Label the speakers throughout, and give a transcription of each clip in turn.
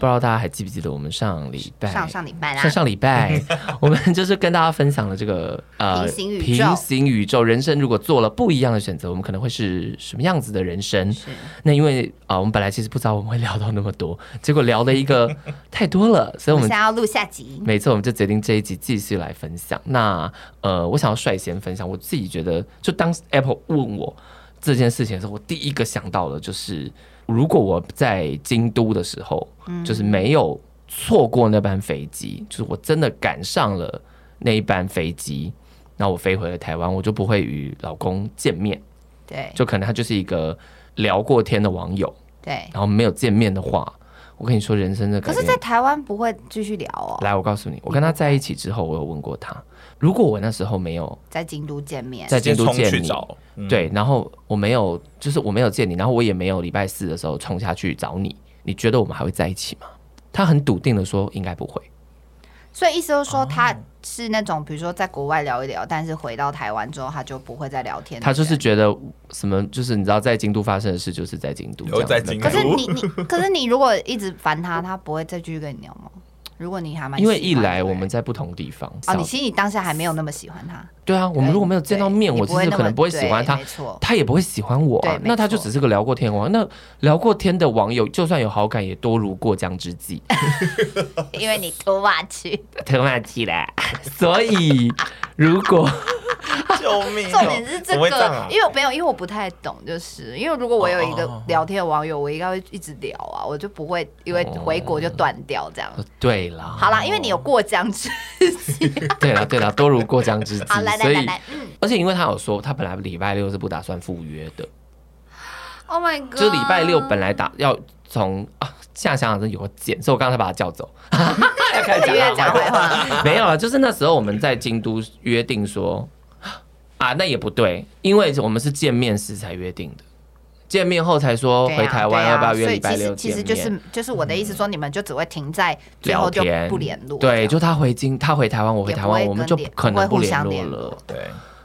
Speaker 1: 不知道大家还记不记得我们上礼拜
Speaker 2: 上上礼拜啦
Speaker 1: 上，上 礼拜，我们就是跟大家分享了这个呃
Speaker 2: 平行宇宙
Speaker 1: 平行宇宙人生，如果做了不一样的选择，我们可能会是什么样子的人生？
Speaker 2: 是
Speaker 1: 那因为啊、呃我们本来其实不知道我们会聊到那么多，结果聊了一个太多了，所以
Speaker 2: 我
Speaker 1: 我
Speaker 2: 们
Speaker 1: 们
Speaker 2: 现在要录下集。
Speaker 1: 没错，我们就决定这一集继续来分享。那呃，我想要率先分享，我自己觉得，就当 Apple 问我这件事情的时候，我第一个想到的就是，如果我在京都的时候，
Speaker 2: 嗯
Speaker 1: 就是没有错过那班飞机，就是我真的赶上了那一班飞机，那我飞回了台湾，我就不会与老公见面，
Speaker 2: 对
Speaker 1: 就可能他就是一个聊过天的网友，
Speaker 2: 对，
Speaker 1: 然后没有见面的话，我跟你说，人生的
Speaker 2: 可
Speaker 1: 感
Speaker 2: 是，
Speaker 1: 觉。
Speaker 2: 在台湾不会继续聊哦，
Speaker 1: 来，我告诉你，我跟他在一起之后，我有问过他，如果我那时候没有
Speaker 2: 在京都见面。
Speaker 1: 在京都
Speaker 3: 冲
Speaker 1: 见
Speaker 3: 去
Speaker 1: 你，
Speaker 3: 找，嗯
Speaker 1: 对，然后我没有，就是我没有见你，然后我也没有礼拜四的时候冲下去找你，你觉得我们还会在一起吗？他很笃定的说，应该不会。
Speaker 2: 所以意思就是
Speaker 1: 哦
Speaker 2: 说，他是那种比如说在国外聊一聊，但是回到台湾之后，他就不会再聊天的人。
Speaker 1: 他就是觉得什么，就是你知道，在京都发生的事，就是在京都这
Speaker 3: 留
Speaker 1: 样子
Speaker 3: 在
Speaker 1: 的
Speaker 3: 京
Speaker 1: 感
Speaker 3: 都
Speaker 1: 觉。
Speaker 2: 可是你你，可是你如果一直烦他，他不会再继续跟你聊吗？如果你还蛮
Speaker 1: 因为
Speaker 2: 喜
Speaker 1: 一
Speaker 2: 欢
Speaker 1: 来
Speaker 2: 的
Speaker 1: 我
Speaker 2: 人
Speaker 1: 们在不同地方，
Speaker 2: 哦，
Speaker 1: 小
Speaker 2: 你其实你当下还没有那么喜欢他。
Speaker 1: 对啊，我们如果没有见到面，
Speaker 2: 对
Speaker 1: 我
Speaker 2: 你
Speaker 1: 其
Speaker 2: 会
Speaker 1: 实
Speaker 2: 那
Speaker 1: 可
Speaker 2: 么
Speaker 1: 能不会喜欢
Speaker 2: 对
Speaker 1: 他
Speaker 2: 没，错，
Speaker 1: 他也不会喜欢我啊、
Speaker 2: 对没
Speaker 1: 那他
Speaker 2: 错
Speaker 1: 就只是个聊过天的网友，那聊过天的网友，就算有好感，也多如过江之 鲫。
Speaker 2: 因为你拖袜去。
Speaker 1: 特曼提啦。 所以，如果
Speaker 3: 救命！
Speaker 2: 重点是这
Speaker 3: 怎么会样
Speaker 2: 个
Speaker 3: 啊，
Speaker 2: 因为我没有，因为我不太懂，就是因为如果我有一
Speaker 3: 哦哦
Speaker 2: 个
Speaker 3: 哦
Speaker 2: 聊天的网友，我应该会一直聊啊，我就不会因为回国就断掉这样。
Speaker 1: 哦对啦，
Speaker 2: 好啦，因为你有过江之，
Speaker 1: 对啦，对啦，多如过江之
Speaker 2: 好来来
Speaker 1: 鲫。所
Speaker 2: 来
Speaker 1: 以，
Speaker 2: 来，嗯
Speaker 1: 而且因为他有说，他本来礼拜六是不打算赴约的，
Speaker 2: ，Oh my god，
Speaker 1: 就是礼拜六本来打要从啊，现在想想真有个贱，所以我刚才把他叫走，要开始啊
Speaker 2: 越来越讲
Speaker 1: 讲他坏
Speaker 2: 坏
Speaker 1: 话。
Speaker 2: 话，
Speaker 1: 没有了，啊就是那时候我们在京都约定说，啊，那也不对，因为我们是见面时才约定的，见面后才说
Speaker 2: 对啊
Speaker 1: 回台湾
Speaker 2: 对啊
Speaker 1: 要不要约
Speaker 2: 所以
Speaker 1: 礼拜
Speaker 2: 其实
Speaker 1: 六见
Speaker 2: 其
Speaker 1: 面。
Speaker 2: 实就是就是我的意思说，你们就只会停在最后
Speaker 1: 聊
Speaker 2: 就
Speaker 1: 天
Speaker 2: 不联络这样，
Speaker 1: 对，就他回京，他回台湾，我回
Speaker 2: 也
Speaker 1: 台
Speaker 2: 不会
Speaker 1: 湾，我
Speaker 2: 跟
Speaker 1: 们就
Speaker 2: 联
Speaker 1: 可
Speaker 2: 不会
Speaker 1: 能不
Speaker 2: 互
Speaker 1: 联
Speaker 2: 相
Speaker 1: 络
Speaker 2: 联
Speaker 1: 了。
Speaker 3: 对，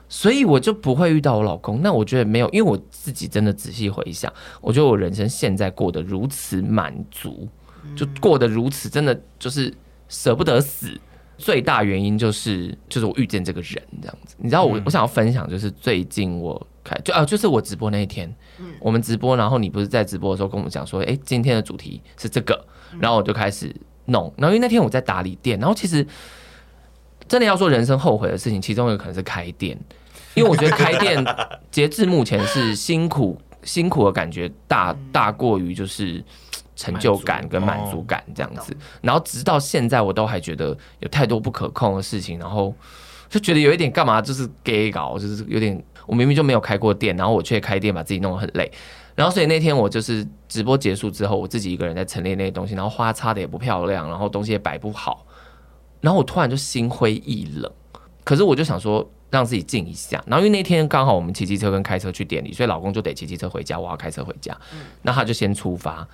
Speaker 1: 所以我就不会遇到我老公。那我觉得没有，因为我自己真的仔细回想，我觉得我人生现在过得如此满足，就过得如此，真的就是舍不得死。最大原因就是就是我遇见这个人这样子。你知道我、我想要分享就是最近我开就啊就是我直播那一天，我们直播，然后你不是在直播的时候跟我们讲说，哎、今天的主题是这个，然后我就开始弄。然后因为那天我在打理店，然后其实真的要说人生后悔的事情，其中一个可能是开店，因为我觉得开 店截至目前是辛苦辛苦的感觉大大过于就是。成就感跟满足感这样子，然后直到现在我都还觉得有太多不可控的事情，然后就觉得有一点干嘛就是 gay 搞，就是有点我明明就没有开过店，然后我却开店把自己弄得很累，然后所以那天我就是直播结束之后，我自己一个人在陈列那些东西，然后花插的也不漂亮，然后东西也摆不好，然后我突然就心灰意冷。可是我就想说让自己静一下，然后因为那天刚好我们骑机车跟开车去店里，所以老公就得骑机车回家，我要开车回家，那他就先出发。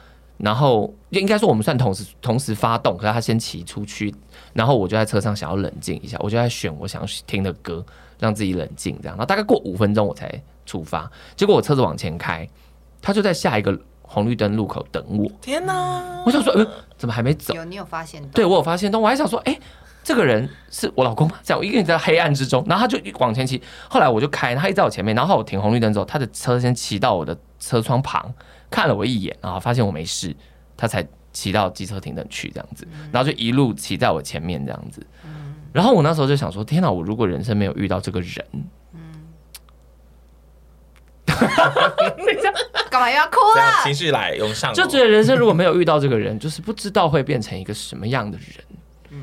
Speaker 1: 然后应该说我们算同时同时发动，可是他先骑出去，然后我就在车上想要冷静一下，我就在选我想要听的歌，让自己冷静这样。然后大概过五分钟我才出发，结果我车子往前开，他就在下一个红绿灯路口等我。
Speaker 3: 天哪！
Speaker 1: 我想说，呃，怎么还没走？
Speaker 2: 有你有发现到
Speaker 1: 对我有发现，但我还想说，哎、这个人是我老公吗？这样，我一个人在黑暗之中，然后他就往前骑，后来我就开，他一直在我前面，然后我停红绿灯之后，他的车先骑到我的车窗旁，看了我一眼，然后发现我没事，他才骑到机车停等去这样子，然后就一路骑在我前面这样子，然后我那时候就想说，天哪，我如果人生没有遇到这个人，
Speaker 2: 干嘛又要哭
Speaker 3: 这
Speaker 2: 了？
Speaker 3: 样情绪来涌上头，
Speaker 1: 就觉得人生如果没有遇到这个人，就是不知道会变成一个什么样的人，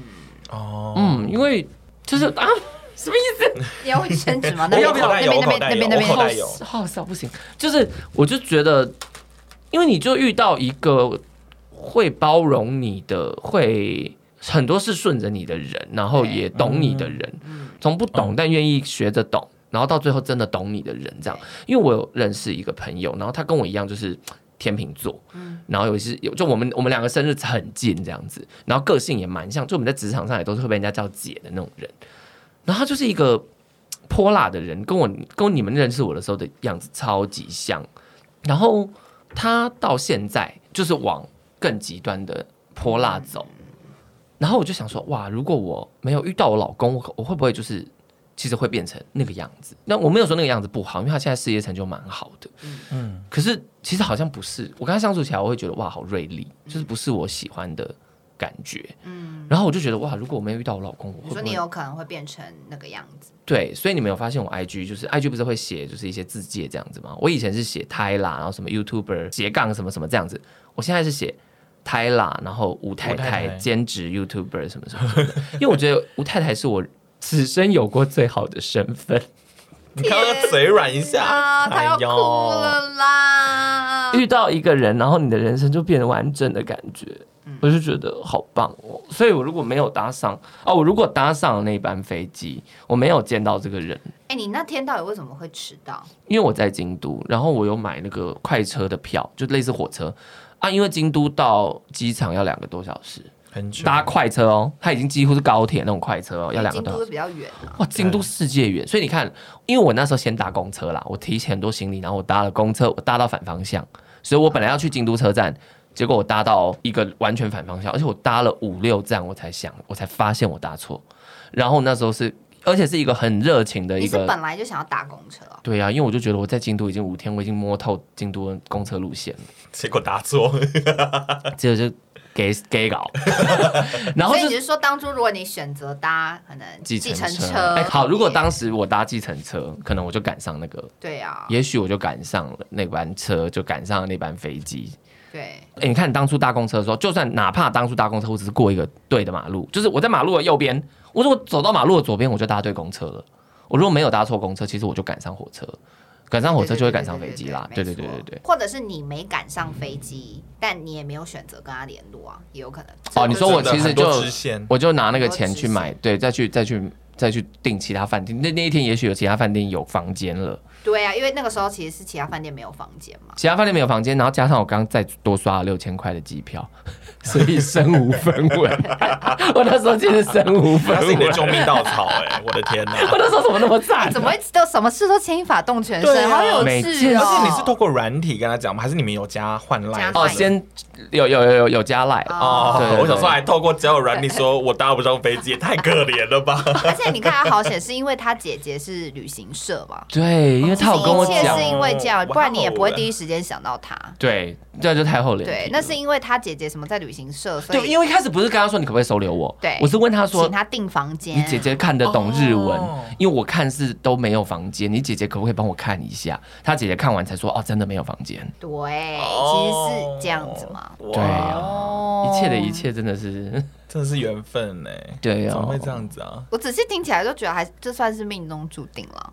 Speaker 3: 哦，
Speaker 1: 嗯，因为就是啊，什么意思？
Speaker 2: 你要卫生纸吗？那边
Speaker 3: 我口袋有
Speaker 2: 那边那边那边那
Speaker 3: 我口
Speaker 2: 边
Speaker 3: 袋有
Speaker 1: 好好笑不行，就是我就觉得，因为你就遇到一个会包容你的，会很多事顺着你的人，然后也懂你的人，从不懂但愿意学着懂。然后到最后真的懂你的人这样。因为我有认识一个朋友，然后他跟我一样就是天秤座，然后有一次有就我们我们两个生日很近这样子，然后个性也蛮像，就我们在职场上也都是会被人家叫姐的那种人。然后他就是一个泼辣的人，跟我跟你们认识我的时候的样子超级像。然后他到现在就是往更极端的泼辣走。然后我就想说，哇，如果我没有遇到我老公，我可我会不会就是其实会变成那个样子？那我没有说那个样子不好，因为他现在事业成就蛮好的。
Speaker 3: 嗯，
Speaker 1: 可是其实好像不是，我跟他相处起来，我会觉得哇，好锐利，
Speaker 2: 嗯
Speaker 1: 就是不是我喜欢的感觉。嗯，然后我就觉得哇，如果我没有遇到我老公，我
Speaker 2: 你
Speaker 1: 会不
Speaker 2: 说
Speaker 1: 会
Speaker 2: 你有可能会变成那个样子，
Speaker 1: 对，所以你们有发现我 IG 就是 IG 不是会写就是一些字界这样子吗？我以前是写 Tyla，然后什么 YouTuber 斜杠什么什么这样子，我现在是写 Tyla，然后吴太
Speaker 3: 吴太
Speaker 1: 太
Speaker 3: 太
Speaker 1: 兼职 YouTuber 什么什么什么的，因为我觉得吴太太是我此生有过最好的身份，
Speaker 3: 你刚刚嘴软一 下，
Speaker 2: 啊，他要
Speaker 3: 哎
Speaker 2: 哭
Speaker 3: 呦
Speaker 2: 了啦！
Speaker 1: 遇到一个人，然后你的人生就变得完整的感觉，我就觉得好棒哦。所以我如果没有搭上哦，我如果搭上那班飞机，我没有见到这个人，
Speaker 2: 哎、你那天到底为什么会迟到？
Speaker 1: 因为我在京都，然后我有买那个快车的票，就类似火车啊，因为京都到机场要两个多小时，
Speaker 3: 很久
Speaker 1: 搭快车哦，它已经几乎是高铁那种快车哦，要两个
Speaker 2: 京
Speaker 1: 多
Speaker 2: 都是
Speaker 1: 小时。
Speaker 2: 比较远啊，
Speaker 1: 哇，京都世界远，所以你看，因为我那时候先搭公车啦，我提前很多行李，然后我搭了公车，我搭到反方向，所以我本来要去京都车站，结果我搭到一个完全反方向，而且我搭了五六站，我才想，我才发现我搭错，然后那时候是，而且是一个很热情的
Speaker 2: 你
Speaker 1: 一
Speaker 2: 是
Speaker 1: 个
Speaker 2: 本来就想要搭公车哦、
Speaker 1: 对呀、啊因为我就觉得我在京都已经五天，我已经摸透京都的公车路线了，
Speaker 3: 结果搭错，
Speaker 1: 结果就给给 搞，然后
Speaker 2: 所以
Speaker 1: 就
Speaker 2: 你是说当初如果你选择搭可能
Speaker 1: 计程
Speaker 2: 程
Speaker 1: 车。
Speaker 2: 车
Speaker 1: 哎，好，如果
Speaker 2: 也
Speaker 1: 当时我搭计程车，可能我就赶上那个，
Speaker 2: 对啊，
Speaker 1: 也许我就赶上了那班车，就赶上了那班飞机。
Speaker 2: 对，
Speaker 1: 哎，你看当初搭公车的时候，就算哪怕当初搭公车，我只是过一个对的马路，就是我在马路的右边，我如果走到马路的左边，我就搭对公车了。我如果没有搭错公车，其实我就赶上火车，赶上火车就会赶上飞机啦。对对对对对。，
Speaker 2: 或者是你没赶上飞机，但你也没有选择跟他联络啊，也有可能。
Speaker 1: 哦你说我
Speaker 3: 真的
Speaker 1: 其实
Speaker 3: 很多
Speaker 1: 就
Speaker 3: 支线
Speaker 1: 我就拿那个钱去买，对，再去再去再去订其他饭店。那那一天也许有其他饭店有房间了，
Speaker 2: 对啊，因为那个时候其实是其他饭店没有房间嘛。
Speaker 1: 其他饭店没有房间，然后加上我刚刚再多刷了六千块的机票，所以身无分文。 我那时候其实身无分
Speaker 3: 那是你的
Speaker 1: 文，
Speaker 3: 救命稻草哎！我的天哪！
Speaker 1: 我那时候怎么那么惨、
Speaker 2: 怎么？会都什么事都牵一发动全身，
Speaker 3: 对啊
Speaker 2: 好有
Speaker 1: 每
Speaker 2: 趣
Speaker 1: 件
Speaker 2: 哦！
Speaker 3: 而且你是透过软体跟他讲吗？还是你们有加换赖？
Speaker 2: 加
Speaker 1: 哦，先有有有有有加赖，
Speaker 2: 哦
Speaker 1: 对对
Speaker 3: 哦，
Speaker 1: 对
Speaker 3: 我想说还透过交友软体说我搭不上飞机，也太可怜了吧？
Speaker 2: 而且你看他好险，是因为他姐姐是旅行社嘛，
Speaker 1: 对，因为他有跟我
Speaker 2: 一切
Speaker 1: 讲
Speaker 2: 是，因为这
Speaker 3: 哇
Speaker 2: 样，
Speaker 3: 哦
Speaker 2: 不然你也不会第一时间想到他。
Speaker 1: 对，这就太厚脸皮了。
Speaker 2: 对，那是因为他姐姐什么在旅行社，所
Speaker 1: 对，
Speaker 2: 以
Speaker 1: 因为一开始不是跟他说你可不可以收留我，
Speaker 2: 对
Speaker 1: 我是问他说
Speaker 2: 请他订房间。
Speaker 1: 你姐姐看得懂日文，
Speaker 3: 哦
Speaker 1: 因为我看是都没有房间，你姐姐可不可以帮我看一下？她姐姐看完才说，哦，真的没有房间。
Speaker 2: 对，其实是这样子嘛。
Speaker 3: 哇
Speaker 1: 对啊，
Speaker 2: 哦
Speaker 1: 一切的一。切真的是，
Speaker 3: 真的是缘分哎！
Speaker 1: 对啊
Speaker 3: 怎么会这样子啊？
Speaker 2: 我仔细听起来就觉得还这算是命中注定了，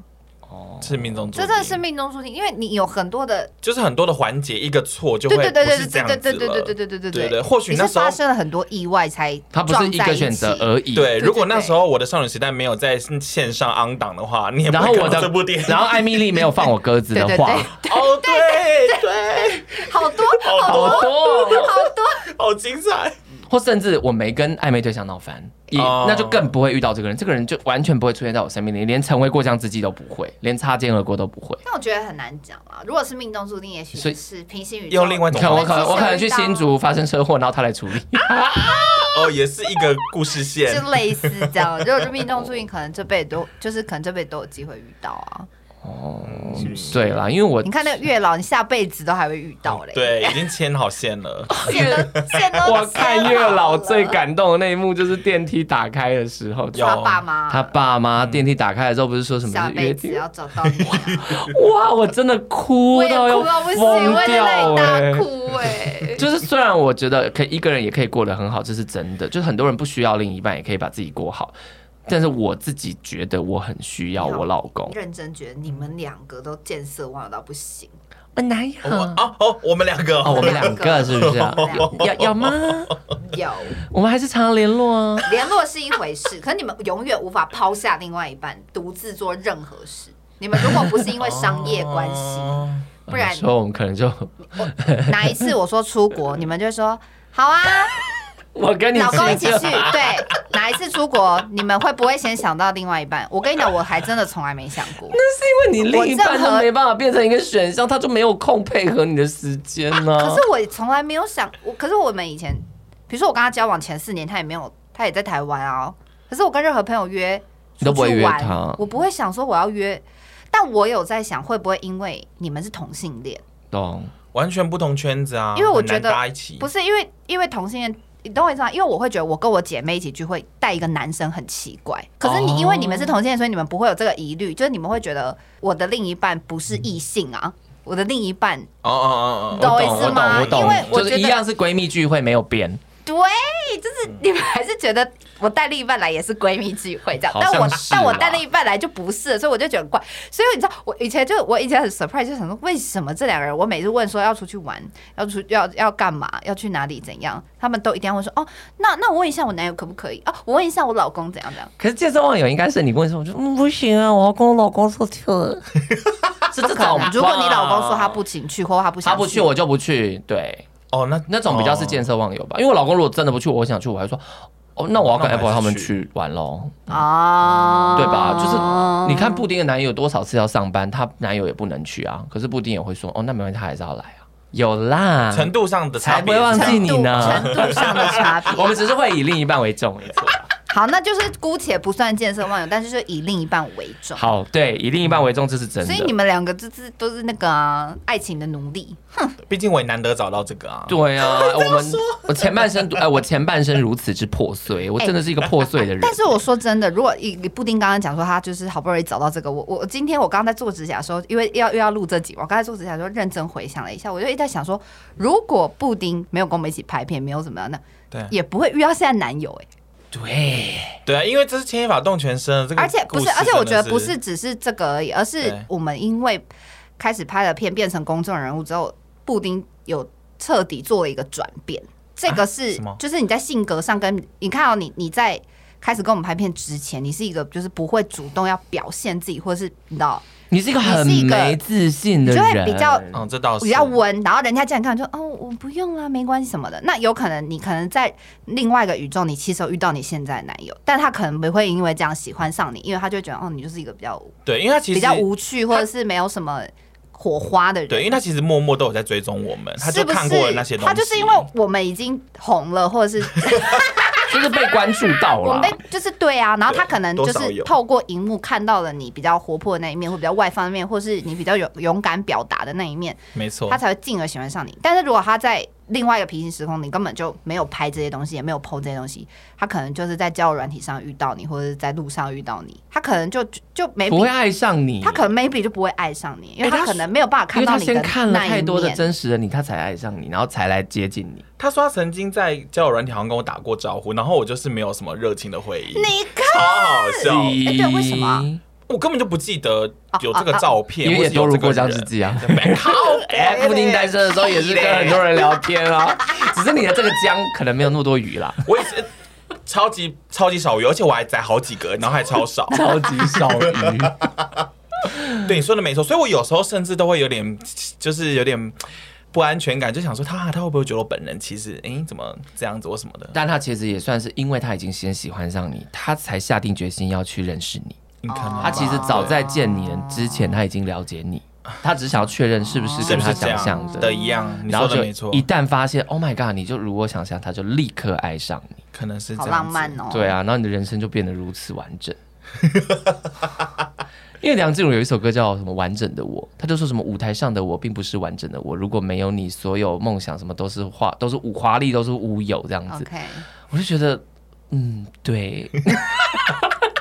Speaker 1: 哦，
Speaker 3: 是命中注
Speaker 2: 这
Speaker 3: 定，
Speaker 2: 真的是命中注定，因为你有很多的
Speaker 3: 就是很多的环节一个错就
Speaker 2: 对
Speaker 3: 会
Speaker 2: 对对
Speaker 3: 不
Speaker 2: 对
Speaker 3: 是这
Speaker 2: 对
Speaker 3: 样
Speaker 2: 对
Speaker 3: 子
Speaker 2: 对
Speaker 3: 了。
Speaker 2: 对对对对对
Speaker 3: 对对或许
Speaker 2: 你
Speaker 3: 那
Speaker 2: 是
Speaker 3: 时候
Speaker 2: 发生了很多意外才
Speaker 1: 它不是一
Speaker 2: 撞在
Speaker 1: 个
Speaker 2: 起
Speaker 1: 选择而已。
Speaker 3: 对，如果
Speaker 2: 对对
Speaker 3: 那时候我的少女时代没有在线上 on 档的话，你也不
Speaker 1: 然
Speaker 3: 会
Speaker 1: 后我
Speaker 3: 看到
Speaker 1: 的
Speaker 3: 这部电影。
Speaker 1: 然后艾米丽没有放我鸽子的
Speaker 2: 对对
Speaker 1: 话，
Speaker 2: 对
Speaker 3: 哦，对对，
Speaker 2: 好多
Speaker 3: 好
Speaker 2: 好多
Speaker 1: 好多哦，
Speaker 2: 好多，
Speaker 3: 好精彩！
Speaker 1: 或甚至我没跟暧昧对象闹翻，也
Speaker 3: 哦
Speaker 1: 那就更不会遇到这个人，这个人就完全不会出现在我身边，连成为过江之鲫都不会，连擦肩而过都不会。
Speaker 2: 但我觉得很难讲啦。如果是命中注定，也许
Speaker 1: 所以
Speaker 2: 是平行宇宙。
Speaker 3: 用另外一
Speaker 1: 你
Speaker 3: 种
Speaker 1: 看我
Speaker 3: 方
Speaker 1: 可能
Speaker 3: 式
Speaker 2: 哦
Speaker 1: 我可能去新竹发生车祸，然后他来处理。
Speaker 3: 哦，也是一个故事线
Speaker 2: 就。类似这样，如果是命中注定，可能这辈子都就是可能这辈子都有机会遇到啊。
Speaker 1: 对啦，因为我
Speaker 2: 你看那个月老，你下辈子都还会遇到嘞。，
Speaker 3: 对，已经牵好线了。
Speaker 2: 线都线都
Speaker 1: 我看月老最感动的那一幕就是电梯打开的时候，
Speaker 3: 有
Speaker 2: 他爸妈，
Speaker 1: 他爸妈电梯打开的时候不是说什么
Speaker 2: 下
Speaker 1: 是约
Speaker 2: 辈子
Speaker 1: 定？
Speaker 2: 要找到你啊，
Speaker 1: 哇，我真的 哭
Speaker 2: 我也
Speaker 1: 到要
Speaker 2: 哭到不行，
Speaker 1: 疯
Speaker 2: 我也
Speaker 1: 掉
Speaker 2: 泪
Speaker 1: 哎、
Speaker 2: 大哭哎。
Speaker 1: 就是虽然我觉得可以一个人也可以过得很好，这是真的，就是很多人不需要另一半也可以把自己过好，但是我自己觉得我很需 要我老公。
Speaker 2: 认真觉得你们两个都见色忘友到不行，
Speaker 1: 我哪有
Speaker 3: 我哦哦，我们两个，
Speaker 1: 哦，我们两个是不是、啊
Speaker 2: 我们两？个
Speaker 1: 要要吗？
Speaker 2: 有
Speaker 1: 我们还是常常联络啊。
Speaker 2: 联络是一回事，可你们永远无法抛下另外一半，独自做任何事。你们如果不是因为商业关系，
Speaker 3: 哦
Speaker 2: 不然
Speaker 1: 说我们可能就
Speaker 2: 哪一次我说出国，你们就会说好啊，
Speaker 1: 我跟你
Speaker 2: 老公一起
Speaker 1: 计较
Speaker 2: 去。对，哪一次出国，你们会不会先想到另外一半？我跟你讲，我还真的从来没想过。
Speaker 1: 那是因为你另一半
Speaker 2: 我正
Speaker 1: 他
Speaker 2: 和
Speaker 1: 没办法变成一个选项，他就没有空配合你的时间呢、
Speaker 2: 啊可是我从来没有想，我可是我们以前，比如说我跟他交往前四年，他也没有，他也在台湾啊。可是我跟任何朋友约，
Speaker 1: 你都不会
Speaker 2: 出去
Speaker 1: 约
Speaker 2: 玩
Speaker 1: 他
Speaker 2: 我不会想说我要约。但我有在想，会不会因为你们是同性恋，
Speaker 1: 懂
Speaker 3: 完全不同圈子啊，
Speaker 2: 因为我
Speaker 3: 很难
Speaker 2: 觉得
Speaker 3: 搭一起
Speaker 2: 不是因为因为同性恋，你懂我意思吗？因为我会觉得我跟我姐妹一起聚会带一个男生很奇怪。可是
Speaker 1: 哦
Speaker 2: 你因为你们是同性恋，所以你们不会有这个疑虑，就是你们会觉得我的另一半不是异性啊，
Speaker 1: 嗯
Speaker 2: 我的另一半
Speaker 3: 哦哦哦
Speaker 2: 懂
Speaker 3: 哦，
Speaker 2: 我
Speaker 1: 懂
Speaker 2: 意思
Speaker 1: 我
Speaker 2: 吗
Speaker 1: 懂我
Speaker 2: 因为
Speaker 1: 懂，
Speaker 2: 我
Speaker 1: 就
Speaker 2: 觉
Speaker 1: 是
Speaker 2: 得
Speaker 1: 一样是闺蜜聚会没有变，
Speaker 2: 对，就是
Speaker 1: 嗯
Speaker 2: 你们还是觉得我带另一半来也是闺蜜聚会这样，
Speaker 1: 好
Speaker 2: 但我
Speaker 1: 像是啊
Speaker 2: 但我
Speaker 1: 啦
Speaker 2: 带另一半来就不是，所以我就觉得很怪。所以你知道，我以前就我以前很 surprise，就想说为什么这两个人，我每次问说要出去玩，要出要要干嘛，要去哪里怎样，他们都一定要问说哦，那那我问一下我男友可不可以啊？我问一下我老公怎样怎样，
Speaker 1: 可是健身网友应该是你问说，我就嗯不行啊，我要跟我老公出去了，是这
Speaker 2: 不可哦
Speaker 1: 种吧
Speaker 2: 能。。如果你老公说他不请去或他不想
Speaker 1: 他不去我就不去，对，
Speaker 3: 哦，那
Speaker 1: 那种比较是见色忘友吧。因为我老公如果真的不去，我想去，我还说哦，那我要跟
Speaker 3: 那我还是
Speaker 1: Apple 他们
Speaker 3: 去
Speaker 1: 去玩喽。
Speaker 2: 啊，
Speaker 1: 对
Speaker 2: 哦
Speaker 1: 吧？就是你看布丁的男友有多少次要上班，她男友也不能去啊。可是布丁也会说，哦，那没关系，他还是要来啊。有啦，
Speaker 3: 哦程度上的差
Speaker 1: 才不
Speaker 3: 别
Speaker 1: 会
Speaker 3: 是这
Speaker 1: 忘
Speaker 3: 样，
Speaker 1: 记你呢
Speaker 2: 程度程度上的差别。
Speaker 1: 我们只是会以另一半为重，没错。
Speaker 2: 好，那就是姑且不算见色忘友，但是就以另一半为重。
Speaker 1: 好，对，以另一半为重，这是真
Speaker 2: 所
Speaker 1: 的。
Speaker 2: 以你们两个就是都是那个啊、爱情的奴隶。
Speaker 3: 毕竟我也难得找到这个啊。
Speaker 1: 对 啊，我们我前半生，哎，我前半生如此之破 碎，我真的是一个破碎的人。
Speaker 2: 但是我说真的，如果以以布丁刚刚讲说他就是好不容易找到这个，我我我今天我刚刚在做指甲的时候，因为要又要录这集嘛，我刚才做指甲的时候认真回想了一下，我就一直在想说，如果布丁没有跟我们一起拍片，没有怎么样的，
Speaker 3: 对
Speaker 2: 也不会遇到现在男友哎、
Speaker 1: 对，
Speaker 3: 对啊，因为这是牵一发动全身，这个
Speaker 2: 而且不
Speaker 3: 故
Speaker 2: 是，
Speaker 3: 事
Speaker 2: 而且我觉得
Speaker 3: 真的
Speaker 2: 不是只是这个而已，而是
Speaker 3: 对
Speaker 2: 我们因为开始拍了片，变成公众人物之后，布丁有彻底做了一个转变。这个是、
Speaker 3: 啊什么
Speaker 2: 就是你在性格上跟你看到、你你在开始跟我们拍片之前，你是一个就是不会主动要表现自己，或者是你知道
Speaker 1: 你是一个很
Speaker 2: 你是一个
Speaker 1: 没自信的
Speaker 2: 你就会
Speaker 1: 人，哦
Speaker 2: 比较
Speaker 3: 嗯，这倒是
Speaker 2: 比较温，然后人家这样看就哦我不用啦，没关系什么的。那有可能你可能在另外一个宇宙，你其实有遇到你现在的男友，但他可能不会因为这样喜欢上你，因为他就觉得哦你就是一个比较
Speaker 3: 对，因为他其实
Speaker 2: 比较无趣或者是没有什么火花的人。
Speaker 3: 对，因为他其实默默都有在追踪我们，他
Speaker 2: 是
Speaker 3: 就
Speaker 2: 不是
Speaker 3: 看过了那些东西。
Speaker 2: 他就是因为我们已经红了，或 者是
Speaker 1: 就是被关注到
Speaker 2: 我
Speaker 1: 了
Speaker 2: 们。被就是对啊，然后他可能就
Speaker 3: 多少
Speaker 2: 是
Speaker 3: 有
Speaker 2: 透过荧幕看到了你比较活泼的那一面，或比较外放的面，或是你比较勇勇敢表达的那一面，
Speaker 3: 没错
Speaker 2: 他，才会进而喜欢上你。但是如果他在另外一个平行时空，你根本就没有拍这些东西，也没有 PO 这些东西，他可能就是在交友软体上遇到你，或者是在路上遇到你，他可能就就就没
Speaker 1: 不会爱上你，
Speaker 2: 他可能 maybe 就不会爱上你，因为
Speaker 1: 哎
Speaker 2: 他
Speaker 1: 他
Speaker 2: 可能没有办法
Speaker 1: 因
Speaker 2: 看
Speaker 1: 为
Speaker 2: 到
Speaker 1: 他
Speaker 2: 你的
Speaker 1: 先看了
Speaker 2: 那一
Speaker 1: 太多的
Speaker 2: 面
Speaker 1: 真实的你，他才爱上你，然后才来接近你。
Speaker 3: 他说他曾经在交友软体上跟我打过招呼，然后我就是没有什么热情的回忆，
Speaker 2: 你看，
Speaker 3: 超好笑，
Speaker 2: 哎对为什么啊
Speaker 3: 我根本就不记得有这个照片，
Speaker 1: 因为
Speaker 3: 或
Speaker 1: 也
Speaker 3: 是
Speaker 1: 都
Speaker 3: 有
Speaker 1: 如
Speaker 3: 这个
Speaker 1: 过江
Speaker 3: 人
Speaker 1: 之鲫啊。
Speaker 3: 没好，
Speaker 1: 哎，布丁单身的时候也是跟很多人聊天啊， 只是你的这个江可能没有那么多鱼啦，
Speaker 3: 我也是超级超级少鱼，而且我还宰好几个，然后还 超少。
Speaker 1: 超级少鱼。
Speaker 3: 对你说的没错，所以我有时候甚至都会有点，就是有点不安全感，就想说他他会不会觉得我本人其实哎、诶怎么这样子或什么的？
Speaker 1: 但他其实也算是，因为他已经先喜欢上你，他才下定决心要去认识你。
Speaker 3: 你看
Speaker 2: 哦
Speaker 3: 啊，
Speaker 1: 他其实早在见你之前，他已经了解你，他只想要确认是不是
Speaker 3: 是
Speaker 1: 跟
Speaker 3: 不
Speaker 1: 他
Speaker 3: 是这
Speaker 1: 想象
Speaker 3: 样
Speaker 1: 的。
Speaker 3: 的一样？你
Speaker 1: 然后
Speaker 3: 说的
Speaker 1: 就
Speaker 3: 没错，
Speaker 1: 一旦发现，Oh my god，你就如我想象，他就立刻爱上你。
Speaker 3: 可能是这
Speaker 2: 好
Speaker 3: 样
Speaker 2: 浪漫
Speaker 3: 子。
Speaker 2: 哦。
Speaker 1: 对啊，然后你的人生就变得如此完整。 因为梁静茹有一首歌叫什么《完整的我》，她就说什么舞台上的我并不是完整的我，如果没有你，所有梦想什么都是花，都是无华丽，都是乌有这样子。
Speaker 2: ，OK，
Speaker 1: 我就觉得，嗯，对，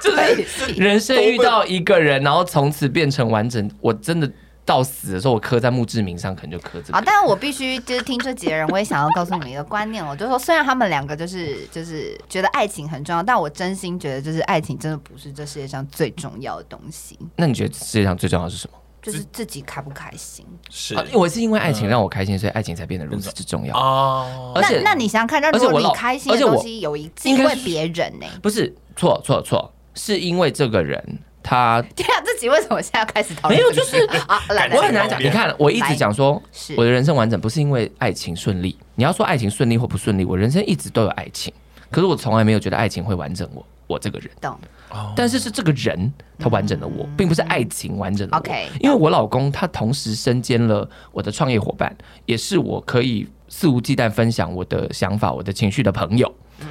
Speaker 2: 就是
Speaker 1: 人生遇到一个人，然后从此变成完整，我真的到死的时候，我刻在墓志铭上，可能就刻这
Speaker 2: 好，
Speaker 1: 个。
Speaker 2: 但是我必须就是听这几个人，我也想要告诉你们一个观念，我就说，虽然他们两个就是就是觉得爱情很重要，但我真心觉得就是爱情真的不是这世界上最重要的东西，
Speaker 1: 那你觉得世界上最重要的是什么？
Speaker 2: 就是自己开不开心。
Speaker 3: 是
Speaker 1: 啊我是因为爱情让我开心，所以爱情才变得如此之重要。
Speaker 3: 哦，
Speaker 1: 而且
Speaker 2: 那那你想想看，那如
Speaker 1: 而且我
Speaker 2: 果你
Speaker 1: 老
Speaker 2: 开心的
Speaker 1: 而且我
Speaker 2: 东西有一机
Speaker 1: 应该
Speaker 2: 会
Speaker 1: 是
Speaker 2: 别人呢、
Speaker 1: 不是错错错，是因为这个人他
Speaker 2: 天啊，这集为什么现在开始讨论
Speaker 1: 没
Speaker 2: 这
Speaker 1: 有
Speaker 2: 个事情？
Speaker 1: 就是
Speaker 2: 啊，来来
Speaker 1: 我很难
Speaker 2: 来
Speaker 1: 讲。你看，我一直讲说
Speaker 2: 是
Speaker 1: 我的人生完整，不是因为爱情顺利。你要说爱情顺利或不顺利，我人生一直都有爱情，可是我从来没有觉得爱情会完整我，我这个人。
Speaker 2: 懂
Speaker 3: 哦，
Speaker 1: 但是是这个人他完整了我，并不是爱情完整了
Speaker 2: 嗯
Speaker 1: 我。
Speaker 2: OK
Speaker 1: 因为我老公他同时身兼了我的创业伙伴，也是我可以肆无忌惮分享我的想法、我的情绪的朋友，
Speaker 2: 嗯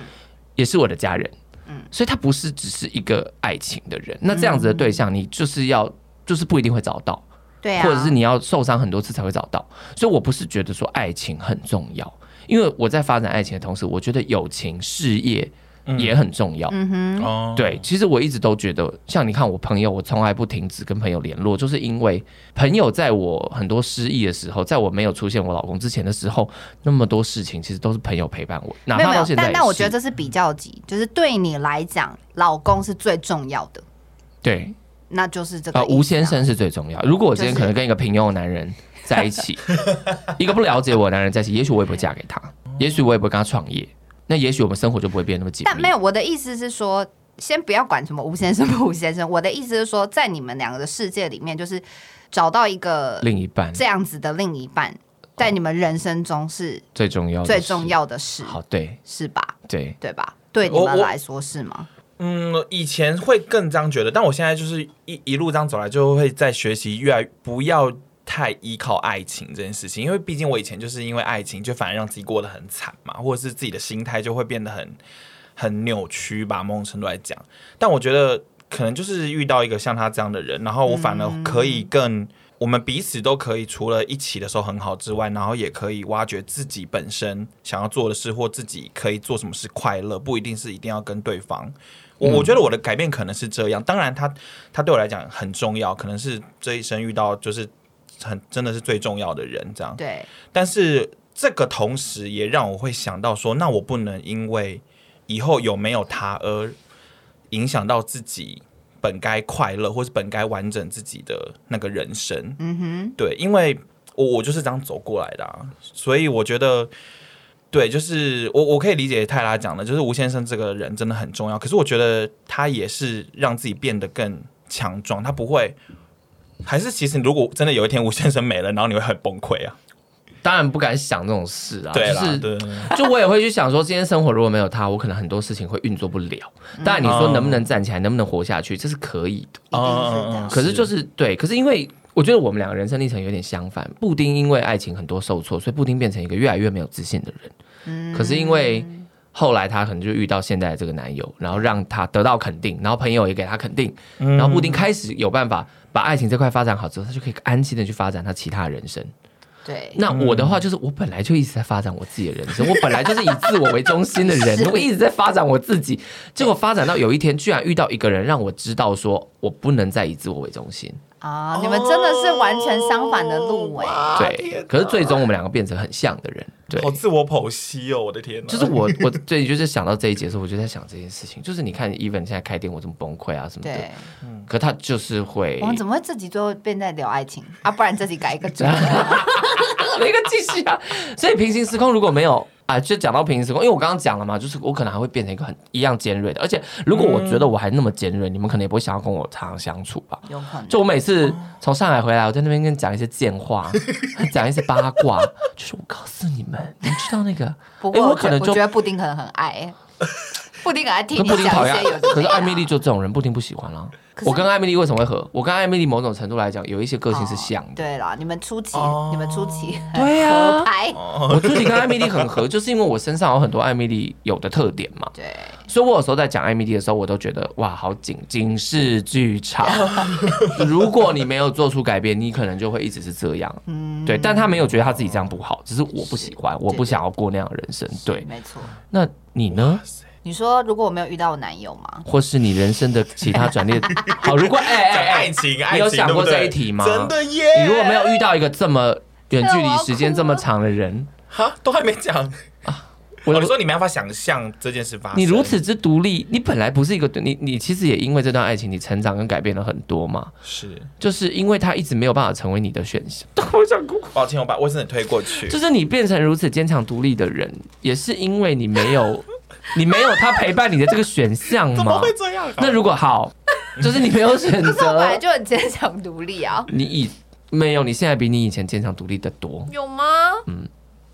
Speaker 1: 也是我的家人。所以他不是只是一个爱情的人。那这样子
Speaker 2: 嗯
Speaker 1: 的对象，你就是要就是不一定会找到。
Speaker 2: 对啊，
Speaker 1: 或者是你要受伤很多次才会找到。所以我不是觉得说爱情很重要，因为我在发展爱情的同时，我觉得友情、事业也很重要。
Speaker 2: 嗯哼，
Speaker 3: 哦，
Speaker 1: 对，其实我一直都觉得，像你看我朋友，我从来不停止跟朋友联络，就是因为朋友在我很多失意的时候，在我没有出现我老公之前的时候，那么多事情其实都是朋友陪伴我，哪
Speaker 2: 没有
Speaker 1: 怕
Speaker 2: 没
Speaker 1: 到
Speaker 2: 有
Speaker 1: 现，在也
Speaker 2: 但
Speaker 1: 是。
Speaker 2: 但我觉得这是比较级，就是对你来讲，老公是最重要的，
Speaker 1: 对，
Speaker 2: 那就是这个、啊
Speaker 1: 呃，吴先，生是最重要。如果我今天
Speaker 2: 就是
Speaker 1: 可能跟一个平庸的男人在一起，一个不了解我的男人在一起，也许我也不会嫁给 他，也许我也不会跟他创业，那也许我们生活就不会变那么紧
Speaker 2: 但
Speaker 1: 密
Speaker 2: 没。有我的意思是说。先不要管什么吴先生不吴先生，我的意思是说，在你们两个的世界里面，就是找到一个
Speaker 1: 另一半
Speaker 2: 这样子的另一半，在你们人生中是
Speaker 1: 最重要的
Speaker 2: 最
Speaker 1: 是
Speaker 2: 重。要的事，
Speaker 1: 好，对
Speaker 2: 是吧？
Speaker 1: 对，
Speaker 2: 对吧？对你
Speaker 3: 我
Speaker 2: 们
Speaker 3: 我
Speaker 2: 来说是吗？
Speaker 3: 嗯，以前会更这样觉得，但我现在就是一一路这样走来，就会在学习越来不要太依靠爱情这件事情，因为毕竟我以前就是因为爱情，就反而让自己过得很惨嘛，或者是自己的心态就会变得很很扭曲吧，某种程度来讲。但我觉得可能就是遇到一个像他这样的人，然后我反而可以更。我们彼此都可以，除了一起的时候很好之外，然后也可以挖掘自己本身想要做的事，或自己可以做什么事快乐，不一定是一定要跟对方。我我觉得我的改变可能是这样，当然他他对我来讲很重要，可能是这一生遇到就是很真的是最重要的人这样。
Speaker 2: 对，
Speaker 3: 但是这个同时也让我会想到说，那我不能因为以后有没有他而影响到自己本该快乐或是本该完整自己的那个人生。
Speaker 2: 嗯哼，
Speaker 3: 对，因为我我就是这样走过来的、啊，所以我觉得，对，就是我我可以理解泰拉讲的，就是吴先生这个人真的很重要。可是我觉得他也是让自己变得更强壮，他不会。还是其实，如果真的有一天吴先生没了，然后你会很崩溃啊！
Speaker 1: 当然不敢想这种事啊，
Speaker 3: 对
Speaker 1: 就
Speaker 3: 啦，
Speaker 1: 是
Speaker 3: 对对对
Speaker 1: 就我也会去想说，今天生活如果没有他，我可能很多事情会运作不了。当然，你说能不能站起来，能不能活下去，这是可以的。
Speaker 2: 一定是这样
Speaker 3: 嗯嗯嗯
Speaker 1: 哦可是就是对，可是因为我觉得我们两个人生历程有点相反。布丁因为爱情很多受挫，所以布丁变成一个越来越没有自信的人。可是因为后来她可能就遇到现在的这个男友，然后让她得到肯定，然后朋友也给她肯定，然后布丁开始有办法把爱情这块发展好之后，她就可以安心的去发展她其他人生。
Speaker 2: 对，
Speaker 1: 那我的话就是，我本来就一直在发展我自己的人生，我本来就是以自我为中心的 人
Speaker 2: 是，
Speaker 1: 我一直在发展我自己，结果发展到有一天，居然遇到一个人，让我知道说我不能再以自我为中心。
Speaker 2: 啊，你们真的是完全相反的路哎、
Speaker 3: 哦哇
Speaker 1: 对，可是最终我们两个变成很像的人。对，
Speaker 3: 好自我剖析哦，我的天哪！
Speaker 1: 就是我，我对，就是想到这一节的时候，我就在想这件事情，就是你看，even 现在开店，我这么崩溃啊什么的
Speaker 2: 对，，
Speaker 1: 可他就是会
Speaker 2: 我，们怎么会自己最后变在聊爱 情啊？不然自己改一个主题。
Speaker 1: 没个继续啊。 所以平行时空如果没有啊，就讲到平行时空，因为我刚刚讲了嘛，就是我可能还会变成一个很一样尖锐的，而且如果我觉得我还那么尖锐，你们可能也不会想要跟我常常相处吧。
Speaker 2: 有可能
Speaker 1: 就我每次从上海回来，我在那边跟你讲一些贱话， 讲一些八卦，就是我告诉你们，你知道那个，
Speaker 2: 不过
Speaker 1: 哎
Speaker 2: 我
Speaker 1: 我
Speaker 2: 觉
Speaker 1: 可
Speaker 2: 得
Speaker 1: 能
Speaker 2: 我
Speaker 1: 就
Speaker 2: 觉得布丁可能很 爱，布丁很爱听
Speaker 1: 可
Speaker 2: 你
Speaker 1: 布
Speaker 2: 讲
Speaker 1: 丁讨
Speaker 2: 一
Speaker 1: 厌啊
Speaker 2: 些有，的
Speaker 1: 可
Speaker 2: 没
Speaker 1: 是
Speaker 2: 的
Speaker 1: 艾米丽就这种人，布丁不喜欢啦。
Speaker 2: 可是
Speaker 1: 我跟艾米丽为什么会合？我跟艾米丽某种程度来讲，有一些个性是像
Speaker 2: 哦
Speaker 1: 的。
Speaker 2: 对啦，你们初期，
Speaker 3: 哦
Speaker 2: 你们初期
Speaker 1: 对啊哦呀
Speaker 2: 合拍，
Speaker 1: 我自己跟艾米丽很合，就是因为我身上有很多艾米丽有的特点嘛，
Speaker 2: 对，
Speaker 1: 所以我有时候在讲艾米丽的时候，我都觉得哇，好紧，警示剧场。 如果你没有做出改变，你可能就会一直是这样。
Speaker 2: 嗯，
Speaker 1: 对，但他没有觉得他自己这样不好，只是我不喜欢，我不想要过那样的人生。对，
Speaker 2: 没错。
Speaker 1: 那你呢？
Speaker 2: 你说如果我没有遇到我男友吗？
Speaker 1: 或是你人生的其他 转捩？好，如果哎哎
Speaker 3: 讲
Speaker 1: 哎，
Speaker 3: 爱情，爱
Speaker 1: 你有
Speaker 3: 情
Speaker 1: 想过
Speaker 3: 对不对
Speaker 1: 这一题吗
Speaker 3: 真的耶！
Speaker 1: 你如果没有遇到一个这么远距离时间这么长的人，
Speaker 3: 哈，都还没讲，
Speaker 1: 我
Speaker 3: 我说啊你没办法想象这件事发生。
Speaker 1: 你如此之独立，你本来不是一个你你其实也因为这段爱情，你成长跟改变了很多嘛。
Speaker 3: 是，
Speaker 1: 就是因为他一直没有办法成为你的选项，
Speaker 3: 抱歉，我把卫生纸推过去
Speaker 1: 就。是你变成如此坚强独立的人，也是因为 你没有你没有他陪伴你的这个选项
Speaker 3: 怎么
Speaker 1: 嘛
Speaker 3: 会。这样啊？
Speaker 1: 那如果好，就是你没有选
Speaker 2: 可是我本来
Speaker 1: 择，
Speaker 2: 就很坚强独立啊，
Speaker 1: 你以没有，你现在比你以前坚强独立的多。
Speaker 2: 有吗？嗯。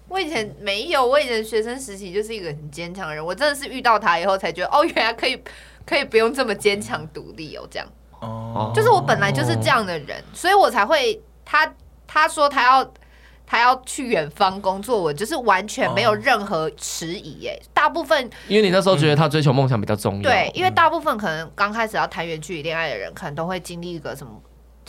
Speaker 2: 我以前没有，我以前学生时期就是一个很坚强的人。我真的是遇到他以后才觉得，哦，原来可以，可以不用这么坚强独立哦。这样，
Speaker 3: 哦，
Speaker 2: 就是我本来就是这样的人，所以我才会他他说他要他要去远方工作，我就是完全没有任何迟疑耶。大部分
Speaker 1: 因为你那时候觉得他追求梦想比较重要，嗯
Speaker 2: 对，，因为大部分可能刚开始要谈远距离恋爱的人，可能都会经历一个什么。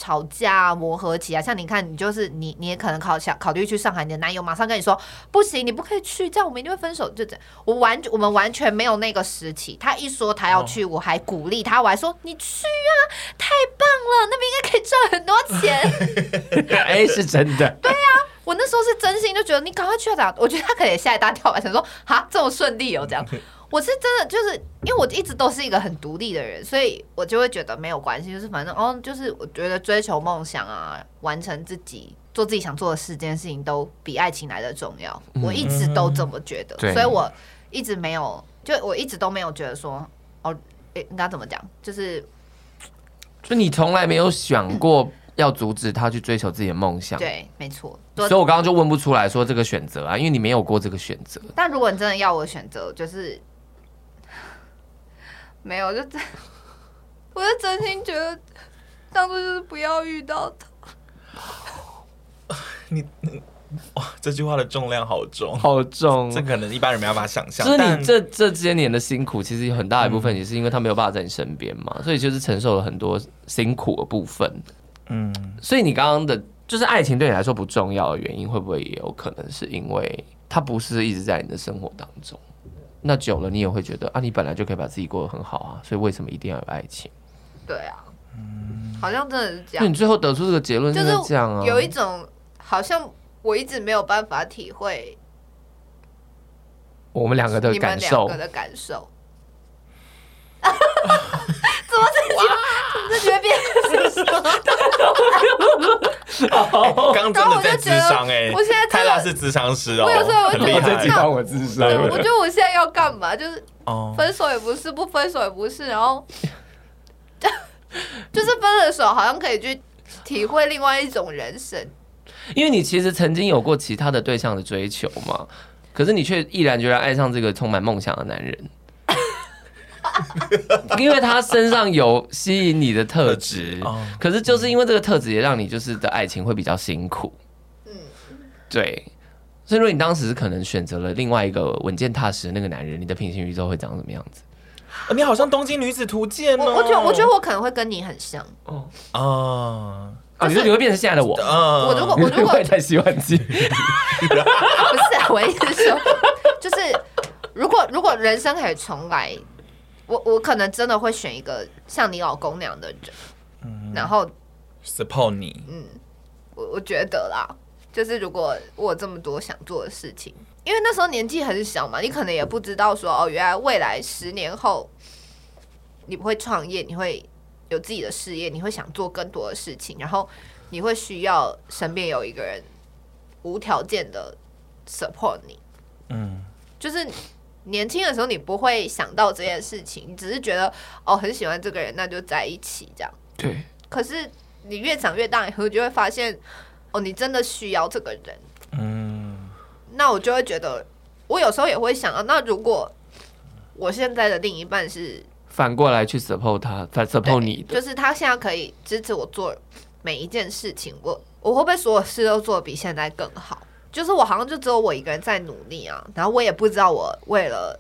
Speaker 2: 吵架啊，磨合期啊，像你看，你就是你，你也可能考想考虑去上海，你的男友马上跟你说不行，你不可以去，这样我们一定会分手。就这样，我完我们完全没有那个时期。他一说他要去，我还鼓励他，我还说你去啊，太棒了，那边应该可以赚很多钱。
Speaker 1: 哎，是真的。
Speaker 2: 我那时候是真心就觉得你赶快去啊！我觉得他可能也吓一大跳吧，想说哈这么顺利哦这样。
Speaker 1: 嗯
Speaker 2: 我是真的就是因为我一直都是一个很独立的人，所以我就会觉得没有关系，就是反正哦，就是我觉得追求梦想啊，完成自己做自己想做的事，这件事情都比爱情来的重要。我一直都这么觉得，
Speaker 1: 嗯对
Speaker 2: 所以我一直没有，就我一直都没有觉得说哦，诶应该怎么讲，就是
Speaker 1: 就你从来没有想过要阻止他去追求自己的梦想，
Speaker 2: 对，没错。
Speaker 1: 所以我刚刚就问不出来说这个选择啊，因为你没有过这个选择。
Speaker 2: 但如果你真的要我选择，就是 没有，就真， 我是真心觉得当初就是不要遇到他。
Speaker 3: 这句话的重量好重，哦
Speaker 1: 好重
Speaker 3: 这可能一般人没办法想象。
Speaker 1: 就是
Speaker 3: 但嗯
Speaker 1: 你这这些年的辛苦，其实有很大一部分也是因为他没有办法在你身边嘛，所以就是承受了很多辛苦的部分。
Speaker 3: 嗯，
Speaker 1: 所以你刚刚的，就是爱情对你来说不重要的原因，会不会也有可能是因为它不是一直在你的生活当中？那久了，你也会觉得啊，你本来就可以把自己过得很好啊，所以为什么一定要有爱情？
Speaker 2: 对啊，好像真的是这
Speaker 1: 嗯那你
Speaker 2: 样，
Speaker 1: 最后得出这个结论
Speaker 2: 就
Speaker 1: 真的这样啊？
Speaker 2: 是有一种好像我一直没有办法体会
Speaker 1: 我们两个的
Speaker 2: 你们
Speaker 1: 感
Speaker 2: 两
Speaker 1: 受
Speaker 2: 个，的感受。 怎么这句怎么这句会变成是什么？
Speaker 3: 刚刚真的在智商哎，
Speaker 2: 我现在
Speaker 3: 泰
Speaker 2: 真
Speaker 3: 拉
Speaker 2: 的，
Speaker 3: 是智商师哦，
Speaker 2: 我有时候我
Speaker 3: 很
Speaker 2: 觉得
Speaker 3: 厉
Speaker 4: 我这集
Speaker 3: 害
Speaker 4: 帮我自杀
Speaker 2: 对，我觉得我现在要干嘛？就是
Speaker 3: 哦。
Speaker 2: 分手也不是，不分手也不是，然后 就是分了手，好像可以去体会另外一种人生。
Speaker 1: 因为你其实曾经有过其他的对象的追求嘛，可是你却毅然决然爱上这个充满梦想的男人， 因为他身上有吸引你的特质
Speaker 3: 特质哦，
Speaker 1: 可是就是因为这个特质，也让你就是的爱情会比较辛苦。
Speaker 2: 嗯
Speaker 1: 对。所以，如果你当时可能选择了另外一个稳健踏实的那个男人，你的平行宇宙会长什么样子？
Speaker 3: 啊你好像《东京女子图鉴》
Speaker 2: 我
Speaker 3: 哦。
Speaker 2: 我觉得，我觉得我可能会跟你很像。
Speaker 3: 啊，
Speaker 1: 啊，你说你会变成现在的我？
Speaker 3: 嗯
Speaker 2: 我如果
Speaker 4: 你
Speaker 2: 我如
Speaker 4: 会
Speaker 2: 果
Speaker 4: 不会太希望自己
Speaker 2: 不是啊，我意思是说，就是如果如果人生可以重来，我我可能真的会选一个像你老公那样的人，
Speaker 3: 嗯
Speaker 2: 然后
Speaker 3: support 你，
Speaker 2: 嗯我我觉得啦，就是如果我有这么多想做的事情，因为那时候年纪很小嘛，你可能也不知道说哦，原来未来十年后你会创业，你会有自己的事业，你会想做更多的事情，然后你会需要身边有一个人无条件的 support 你。
Speaker 3: 嗯，
Speaker 2: 就是年轻的时候你不会想到这件事情，你只是觉得哦很喜欢这个人，那就在一起这样。
Speaker 1: 对，
Speaker 2: 可是你越长越大以后，就会发现，哦，你真的需要这个人。嗯，那我就会觉得，我有时候也会想啊，那如果我现在的另一半是
Speaker 1: 反过来去 support 他，反 support 你的，
Speaker 2: 就是他现在可以支持我做每一件事情，我我会不会所有事都做得比现在更好？就是我好像就只有我一个人在努力啊，然后我也不知道我为了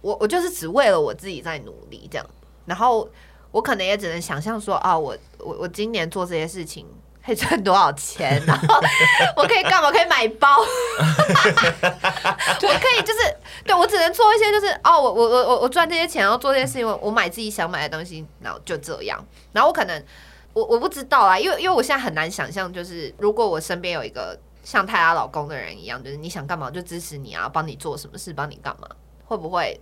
Speaker 2: 我我就是只为了我自己在努力这样，然后我可能也只能想象说啊，我我我今年做这些事情。可以赚多少钱？然后 我可以干嘛？可以买包，我可以就是对我只能做一些就是哦，我我我我我赚这些钱，然后做这些事情，我我买自己想买的东西，然后就这样。然后我可能我我不知道啊，因为因为我现在很难想象，就是如果我身边有一个像泰拉老公的人一样，就是你想干嘛我就支持你啊，帮你做什么事，帮你干嘛，会不会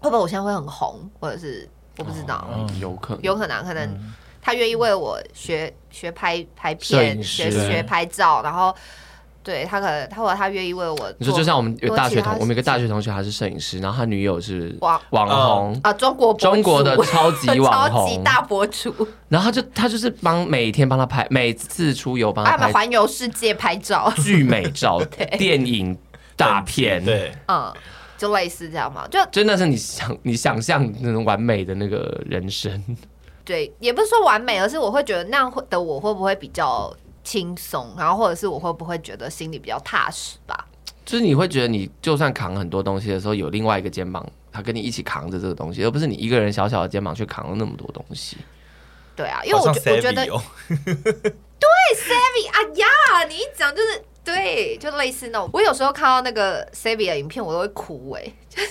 Speaker 2: 会不会我现在会很红，或者是我不知道，
Speaker 1: 嗯有可能，
Speaker 2: 有可能可能他愿意为我学学拍拍
Speaker 1: 嗯摄
Speaker 2: 片，
Speaker 1: 影
Speaker 2: 学
Speaker 1: 师
Speaker 2: 学拍照，然后对他可能他或者他愿意为我做，
Speaker 1: 你说就像我们有
Speaker 2: 多
Speaker 1: 大
Speaker 2: 其
Speaker 1: 学
Speaker 2: 他
Speaker 1: 同，我们有一个
Speaker 2: 事
Speaker 1: 大学同学，他是摄影师，然后他女友是
Speaker 2: 哇
Speaker 1: 网红，
Speaker 2: 啊，中国博
Speaker 1: 中 国的
Speaker 2: 主
Speaker 1: 超级网
Speaker 2: 超级
Speaker 1: 红，
Speaker 2: 大博主，
Speaker 1: 然后他就他就是帮每天帮他拍，每次出游帮
Speaker 2: 啊
Speaker 1: 他
Speaker 2: 他们
Speaker 1: 拍
Speaker 2: 环游世界拍 照，
Speaker 1: 巨美照、
Speaker 2: 对
Speaker 1: 电影大片，，
Speaker 3: 对，
Speaker 2: 嗯，就类似这样嘛，就
Speaker 1: 真的是你想你想象那种完美的那个人生，
Speaker 2: 对，也不是说完美，而是我会觉得那样会的我会不会比较轻松，然后或者是我会不会觉得心里比较踏实吧？
Speaker 1: 就是你会觉得你就算扛很多东西的时候，有另外一个肩膀，他跟你一起扛着这个东西，而不是你一个人小小的肩膀去扛了那么多东西。
Speaker 2: 对啊，因为
Speaker 3: 好
Speaker 2: 我
Speaker 3: 像
Speaker 2: 觉我觉得
Speaker 3: Savvy 哦，
Speaker 2: Savvy，哎呀，你一讲就是对，就类似那种。我有时候看到那个 Savvy 的影片，我都会哭哎、就是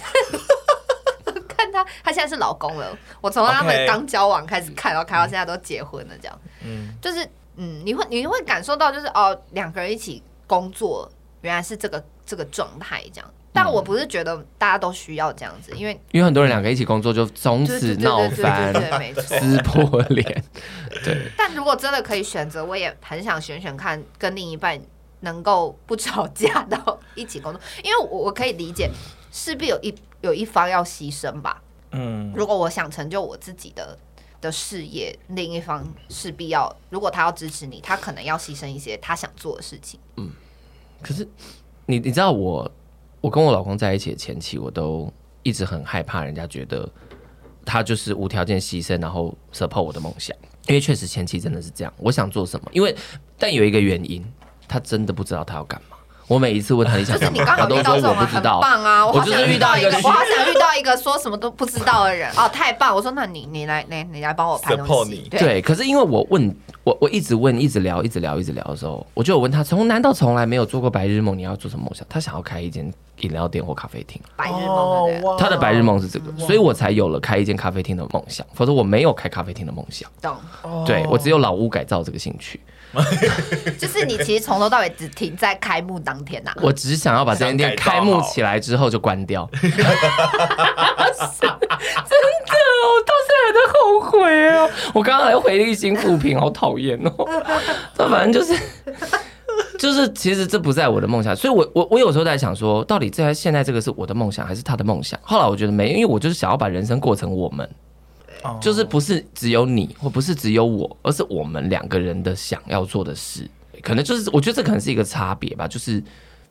Speaker 2: 看他，他现在是老公了。我从他们
Speaker 3: OK
Speaker 2: 刚交往开始看，然后看到现在都结婚了，这样
Speaker 3: 嗯，
Speaker 2: 就是嗯，你会你会感受到就是哦，两个人一起工作原来是这个这个状态这样。但
Speaker 3: 嗯
Speaker 2: 我不是觉得大家都需要这样子，因为
Speaker 1: 因为很多人两个一起工作就从
Speaker 2: 对对
Speaker 1: 此
Speaker 2: 对
Speaker 1: 闹
Speaker 2: 对对
Speaker 1: 翻、
Speaker 2: 对对，没错。
Speaker 1: 撕破脸，对，
Speaker 2: 但如果真的可以选择，我也很想选选看跟另一半能够不吵架然后一起工作，因为我我可以理解，势必有一有一方要牺牲吧。
Speaker 3: 嗯，
Speaker 2: 如果我想成就我自己的的事业，另一方势必要，如果他要支持你，他可能要牺牲一些他想做的事情。
Speaker 1: 可是你你知道我，我跟我老公在一起的前期，我都一直很害怕人家觉得他就是无条件牺牲，然后 support 我的梦想。因为确实前期真的是这样，我想做什么，因为但有一个原因，他真的不知道他要干嘛。我每一次 问他你
Speaker 2: 就
Speaker 1: 想
Speaker 2: 是
Speaker 1: 干
Speaker 2: 你
Speaker 1: 嘛，
Speaker 2: 刚
Speaker 1: 他
Speaker 2: 好
Speaker 1: 都
Speaker 2: 遇
Speaker 1: 说
Speaker 2: 到这种
Speaker 1: 我不
Speaker 2: 啊
Speaker 1: 知
Speaker 2: 很
Speaker 1: 道。
Speaker 2: 棒啊！我
Speaker 1: 我
Speaker 2: 好
Speaker 1: 就是
Speaker 2: 想
Speaker 1: 遇到
Speaker 2: 一个
Speaker 1: 一，个
Speaker 2: 我好想遇到一个说什么都不知道的人哦，太棒！我说那你你来你你来帮我拍东
Speaker 3: Support
Speaker 2: 西
Speaker 3: 你，
Speaker 1: 对，可是因为我问我我一直问，一直聊，一直聊，一直聊的时候，我就有问他，从难道从来没有做过白日梦？你要做什么梦想？他想要开一间饮料店或咖啡厅。
Speaker 2: 白日梦对不对
Speaker 3: 哇
Speaker 1: 他的白日梦是这个，所以我才有了开一间咖啡厅的梦想，否则我没有开咖啡厅的梦想。
Speaker 2: 懂？
Speaker 1: 对我只有老屋改造这个兴趣，
Speaker 2: 就是你其实从头到尾只停在开幕当天啊呐、
Speaker 1: 我只想要把这间店
Speaker 3: 想改
Speaker 1: 开
Speaker 3: 造好
Speaker 1: 幕起来之后就关掉。真的，我到现在还在后悔哦。我刚刚还回了一星负评，好讨厌哦。这反正就是。就是其实这不在我的梦想，所以我我我有时候在想说，到底这现在这个是我的梦想还是他的梦想？后来我觉得没，因为我就是想要把人生过成我们，
Speaker 3: 哦
Speaker 1: 就是不是只有你，或不是只有我，而是我们两个人的想要做的事，可能就是我觉得这可能是一个差别吧，就是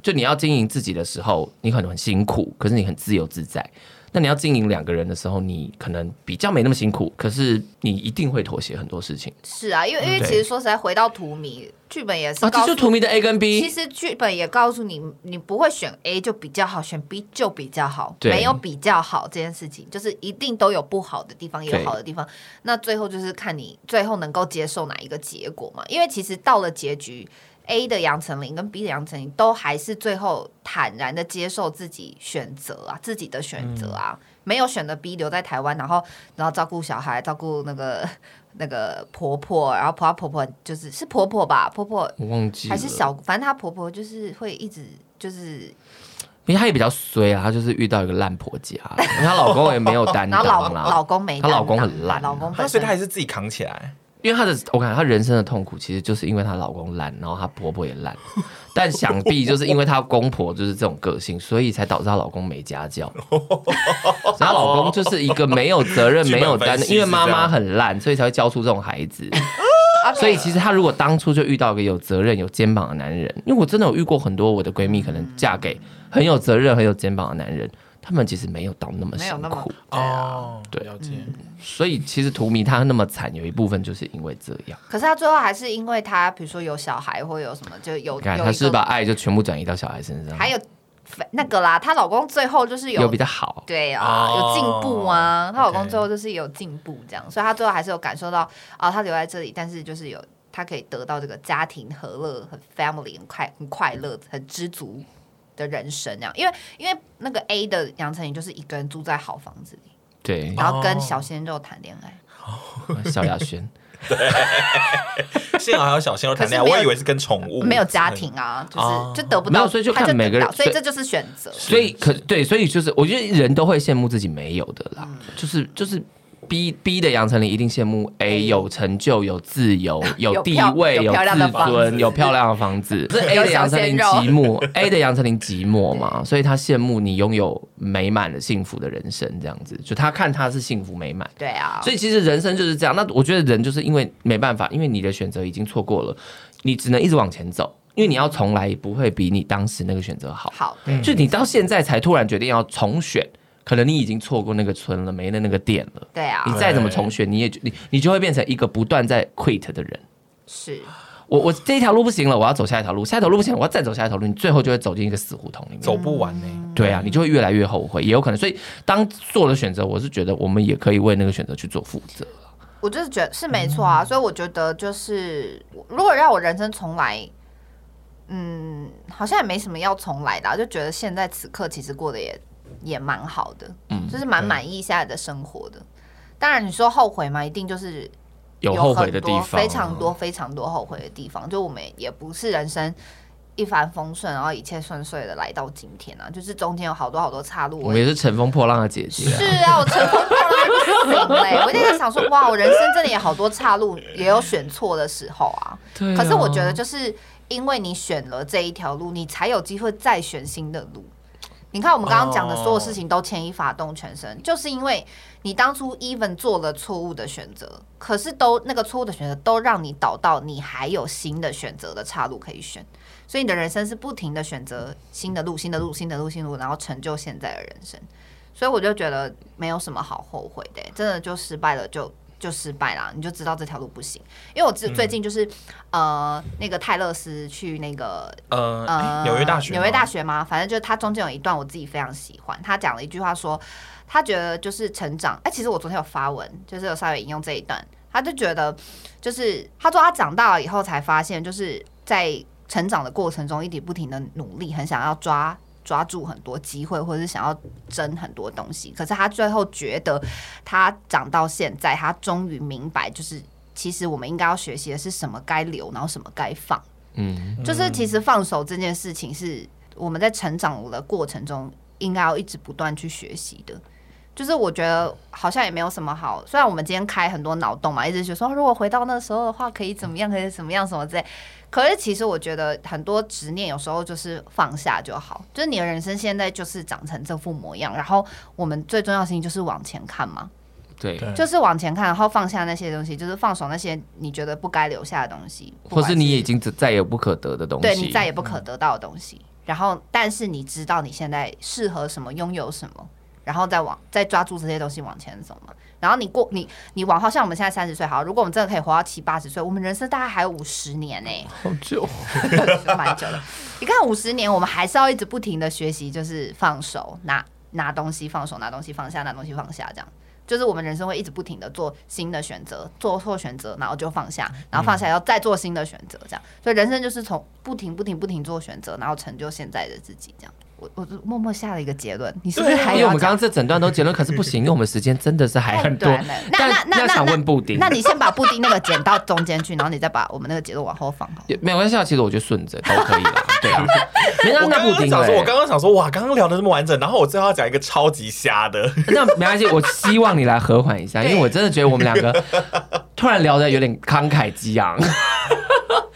Speaker 1: 就你要经营自己的时候，你可能很辛苦，可是你很自由自在。那你要经营两个人的时候，你可能比较没那么辛苦，可是你一定会妥协很多事情
Speaker 2: 是啊，因为因为
Speaker 1: 嗯对
Speaker 2: 其实说实在，回到图迷剧本也是
Speaker 1: 啊。
Speaker 2: 告诉、
Speaker 1: 这就图迷的 A 跟
Speaker 2: 其
Speaker 1: B，
Speaker 2: 实剧本也告诉你，你不会选 A 就比较好，选 B 就比较好，
Speaker 1: 对
Speaker 2: 没有比较好这件事情，就是一定都有不好的地方，也有好的地方。那最后就是看你最后能够接受哪一个结果嘛。因为其实到了结局，A 的杨丞琳跟 B 的杨丞琳都还是最后坦然的接受自己选择啊，自己的选择啊，
Speaker 1: 嗯
Speaker 2: 没有选择 B 留在台湾，然后然后照顾小孩，照顾那个。那个婆婆，然后婆婆婆婆就是是婆婆吧，婆婆
Speaker 1: 我忘记了，
Speaker 2: 还是小，反正她婆婆就是会一直就是，
Speaker 1: 因为她也比较衰啊，她就是遇到一个烂 婆家，因为她老公也没有担
Speaker 2: 然后
Speaker 1: 当啊
Speaker 2: 老
Speaker 1: 嗯啦
Speaker 2: 老。公没
Speaker 1: 她
Speaker 2: 担当，
Speaker 1: 老公很烂啊
Speaker 2: 老公
Speaker 3: 那
Speaker 2: 本
Speaker 3: 所
Speaker 2: 身
Speaker 3: 以她还是自己扛起来，
Speaker 1: 因为她的，我看她人生的痛苦，其实就是因为她老公烂，然后她婆婆也 烂，但想必就是因为她公婆就是这种个性，所以才导致她老公没家 教。然后老公就是一个没有责 任、
Speaker 3: 剧
Speaker 1: 没
Speaker 3: 本
Speaker 1: 有
Speaker 3: 分
Speaker 1: 担当，
Speaker 3: 析
Speaker 1: 因为
Speaker 3: 是
Speaker 1: 妈
Speaker 3: 这
Speaker 1: 妈
Speaker 3: 样
Speaker 1: 很烂，所以才会教出这种孩 子。
Speaker 2: OK
Speaker 1: 所以其实她如果当初就遇到一个有责任、有肩膀的男人，因为我真的有遇过很多我的闺蜜，可能嫁给很有责任、很有肩膀的男人，他们其实没有到那么
Speaker 2: 没
Speaker 1: 辛
Speaker 2: 有那么
Speaker 1: 苦。
Speaker 2: 啊
Speaker 3: 哦，
Speaker 1: 对
Speaker 3: 了解，
Speaker 1: 所以其实图迷他那么惨，有一部分就是因为这样，
Speaker 2: 可是她最后还是因为她比如说有小孩或有什么就有
Speaker 1: 你看
Speaker 2: 有
Speaker 1: 他
Speaker 2: 一
Speaker 1: 是把
Speaker 2: 个
Speaker 1: 爱就全部转移到小孩身上，
Speaker 2: 还有那个啦，她老公最后就是
Speaker 1: 有比较好。
Speaker 2: 对啊，有
Speaker 3: 哦
Speaker 2: 进步啊。她老公
Speaker 3: OK
Speaker 2: 最后就是有进步这样，所以她最后还是有感受到啊，她留在这里，但是就是有她可以得到这个家庭和乐、很 family、很快、很快乐、很知足的人生这样。因为因为那个 A 的杨丞琳就是一个人住在好房子里，
Speaker 1: 对，
Speaker 2: 然后跟小鲜肉谈恋爱，
Speaker 1: 萧 亚轩，
Speaker 3: 幸好还有小鲜哦肉谈恋爱，
Speaker 2: 可是没有
Speaker 3: 我以为是跟宠物，
Speaker 2: 没有家庭啊，就是、
Speaker 3: 哦
Speaker 2: 就得不
Speaker 1: 哦没
Speaker 2: 到，
Speaker 1: 有所以就
Speaker 2: 她
Speaker 1: 看每个人
Speaker 2: 得不到所以
Speaker 1: 所以
Speaker 2: 这就是选择。嗯
Speaker 1: 所以可对，所以就是我觉得人都会羡慕自己没有的啦，就是就是 B B 的杨丞琳一定羡慕 A 有成就、有自 由、有地位、
Speaker 2: 哎有
Speaker 1: 有
Speaker 2: 漂亮的
Speaker 1: 自
Speaker 2: 房子
Speaker 1: 尊、有漂亮的 房子。可是 A
Speaker 2: 有
Speaker 1: 的
Speaker 2: 小
Speaker 1: 杨丞
Speaker 2: 鲜
Speaker 1: 琳
Speaker 2: 肉
Speaker 1: 寂寞，A 的杨丞琳寂寞嘛，所以她羡慕你拥有美满的幸福的人生，这样子，就她看她是幸福美满。
Speaker 2: 对啊，
Speaker 1: 所以其实人生就是这样。那我觉得人就是因为没办法，因为你的选择已经错过了，你只能一直往前走，因为你要重来也不会比你当时那个选择好。
Speaker 2: 好，
Speaker 1: 就你到现在才突然决定要重选，可能你已经错过那个村了，没了那个店了。
Speaker 2: 对啊
Speaker 1: 你，再怎么重选，你也你你就会变成一个不断在 quit 的人。
Speaker 2: 是
Speaker 1: 我我这一条路不行了，我要走下一条路，下一条路不行，我要再走下一条路，你最后就会走进一个死胡同里面。
Speaker 3: 走不完呢、
Speaker 1: 对啊，你就会越来越后悔，也有可能。所以当做了选择，我是觉得我们也可以为那个选择去做负责。
Speaker 2: 我就是觉得是没错
Speaker 1: 嗯
Speaker 2: 啊，所以我觉得就是，如果让我人生重来，嗯，好像也没什么要重来的啊、就觉得现在此刻其实过得也也蛮好的，
Speaker 1: 嗯
Speaker 2: 就是蛮满意现在的生活的。当然，你说后悔嘛，一定就是
Speaker 1: 有后悔的地
Speaker 2: 很多
Speaker 1: 方，啊
Speaker 2: 非常。多非常多后悔的地方。就我们也不是人生一帆风顺，然后一切顺遂的来到今天啊，就是中间有好多好多岔路。
Speaker 1: 我们也是乘风破浪的姐姐、啊，
Speaker 2: 是啊，我乘风破浪不行嘞！我就在想说，哇，我人生真的也好多岔路，也有选错的时候啊。
Speaker 1: 对啊
Speaker 2: 可是我觉得，就是因为你选了这一条路，你才有机会再选新的路。你看，我们刚刚讲的所有事情都牵一发动全身，就是因为你当初 even 做了错误的选择，可是都那个错误的选择都让你导到你还有新的选择的岔路可以选，所以你的人生是不停的选择新的路、新的路、新的路、新的路，然后成就现在的人生。所以我就觉得没有什么好后悔的、欸真的就失败了就就失败啦，你就知道这条路不行。因为我最最近就是、呃那个泰勒斯去那个
Speaker 3: 呃
Speaker 2: 呃，
Speaker 3: 纽约大学，
Speaker 2: 纽约大，学吗？反正就是他中间有一段我自己非常喜欢，他讲了一句话说，他觉得就是成长。哎、其实我昨天有发文，就是有稍微引用这一段，他就觉得就是他说他长大了以后才发现，就是在成长的过程中一直不停的努力，很想要抓。抓住很多机会，或者是想要争很多东西，可是他最后觉得，他长到现在，他终于明白，就是其实我们应该要学习的是什么该留，然后什么该放。
Speaker 1: 嗯，
Speaker 2: 就是其实放手这件事情是我们在成长的过程中应该要一直不断去学习的。就是我觉得好像也没有什么好，虽然我们今天开很多脑洞嘛，一直就说哦如果回到那时候的话可以怎么样，可以怎么样什么之类。可是其实我觉得很多执念有时候就是放下就好，就是你的人生现在就是长成这副模样，然后我们最重要的事情就是往前看嘛。
Speaker 1: 对，
Speaker 3: 对
Speaker 2: 就是往前看，然后放下那些东西，就是放手那些你觉得不该留下的东西，不
Speaker 1: 或
Speaker 2: 管
Speaker 1: 是你已经再也不可得的东西，嗯
Speaker 2: 对你再也不可得到的东西。然后，但是你知道你现在适合什么，拥有什么，然后再往再抓住这些东西往前走嘛。然后你过你你往后，像我们现在三十岁，好，如果我们真的可以活到七八十岁，我们人生大概还有五十年呢、欸
Speaker 1: 好久。
Speaker 2: 蛮久的。 你看五十年，我们还是要一直不停的学习，就是放手拿拿东西，放手拿东西，放下拿东西，放下这样。就是我们人生会一直不停的做新的选择，做错选择，然后就放下，然后
Speaker 1: 嗯
Speaker 2: 放下要再做新的选择，这样。所以人生就是从不停、不停、不停做选择，然后成就现在的自己，这样。我我就默默下了一个结论，你是不是还
Speaker 1: 啊因为
Speaker 2: 有
Speaker 1: 我们刚
Speaker 2: 讲
Speaker 1: 刚这整段都结论，可是不行，因为我们时间真的是还
Speaker 2: 太
Speaker 1: 很多
Speaker 2: 短了。那
Speaker 1: 但
Speaker 2: 那那
Speaker 1: 要
Speaker 2: 那
Speaker 1: 想
Speaker 2: 那
Speaker 1: 问布丁，
Speaker 2: 那你先把布丁那个剪到中间去，然后你再把我们那个结论往后放好了。
Speaker 1: 也没有关系啊，其实我就顺着都可以啦。对 啊，没那
Speaker 3: 我
Speaker 1: 那
Speaker 3: 刚
Speaker 1: 布
Speaker 3: 刚
Speaker 1: 丁
Speaker 3: 想说，我
Speaker 1: 嘞，
Speaker 3: 刚刚想说，哇，刚刚聊的这么完整，然后我最后要讲一个超级瞎的，
Speaker 1: 那没关系，我希望你来和缓一下，因为我真的觉得我们两个突然聊的有点慷慨激昂。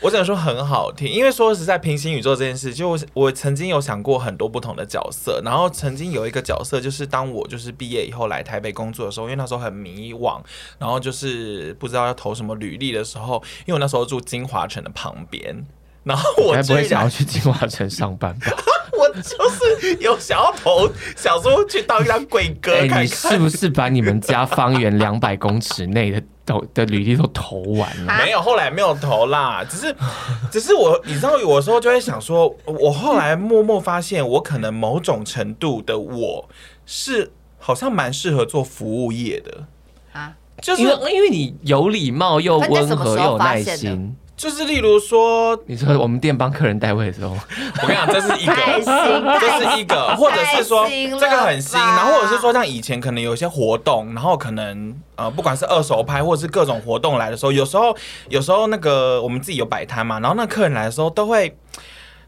Speaker 3: 我只能说很好听，因为说实在，平行宇宙这件事，就我我曾经有想过很多不同的角色，然后曾经有一个角色，就是当我就是毕业以后来台北工作的时候，因为那时候很迷惘，然后就是不知道要投什么履历的时候，因为我那时候住金华城的旁边。然后我
Speaker 1: 该不
Speaker 3: 居
Speaker 1: 会想要
Speaker 3: 然，
Speaker 1: 去金华城上班吧？
Speaker 3: 我就是有想要投，想说去当一当贵哥
Speaker 1: 哎、
Speaker 3: 看看。
Speaker 1: 你是不是把你们家方 圆两百公尺内的都的履历都投完了？
Speaker 2: 啊
Speaker 3: 没有，后来没有投啦，只是，只是我，你知道，有的时候就会想说，我后来默默发现，我可能某种程度的我是好像蛮适合做服务业的，
Speaker 2: 啊，
Speaker 3: 就
Speaker 1: 因
Speaker 3: 是
Speaker 1: 为因为你有礼貌又
Speaker 2: 那你在
Speaker 1: 温
Speaker 2: 什么
Speaker 1: 和
Speaker 2: 时
Speaker 1: 又
Speaker 2: 候
Speaker 1: 有
Speaker 2: 发
Speaker 1: 耐
Speaker 2: 现的
Speaker 1: 心。
Speaker 3: 就是，例如说，我
Speaker 1: 你说我们店帮客人代位的时候，
Speaker 3: 跟你讲，这是一
Speaker 2: 太
Speaker 3: 个。
Speaker 2: 行，太
Speaker 3: 这是一个，或者是说
Speaker 2: 太新
Speaker 3: 这
Speaker 2: 了
Speaker 3: 个很新，
Speaker 2: 吧
Speaker 3: 然后或者是说像以前可能有一些活动，然后可能呃不管是二手拍或者是各种活动来的时候，有时候有时候那个我们自己有摆摊嘛，然后那客人来的时候都会。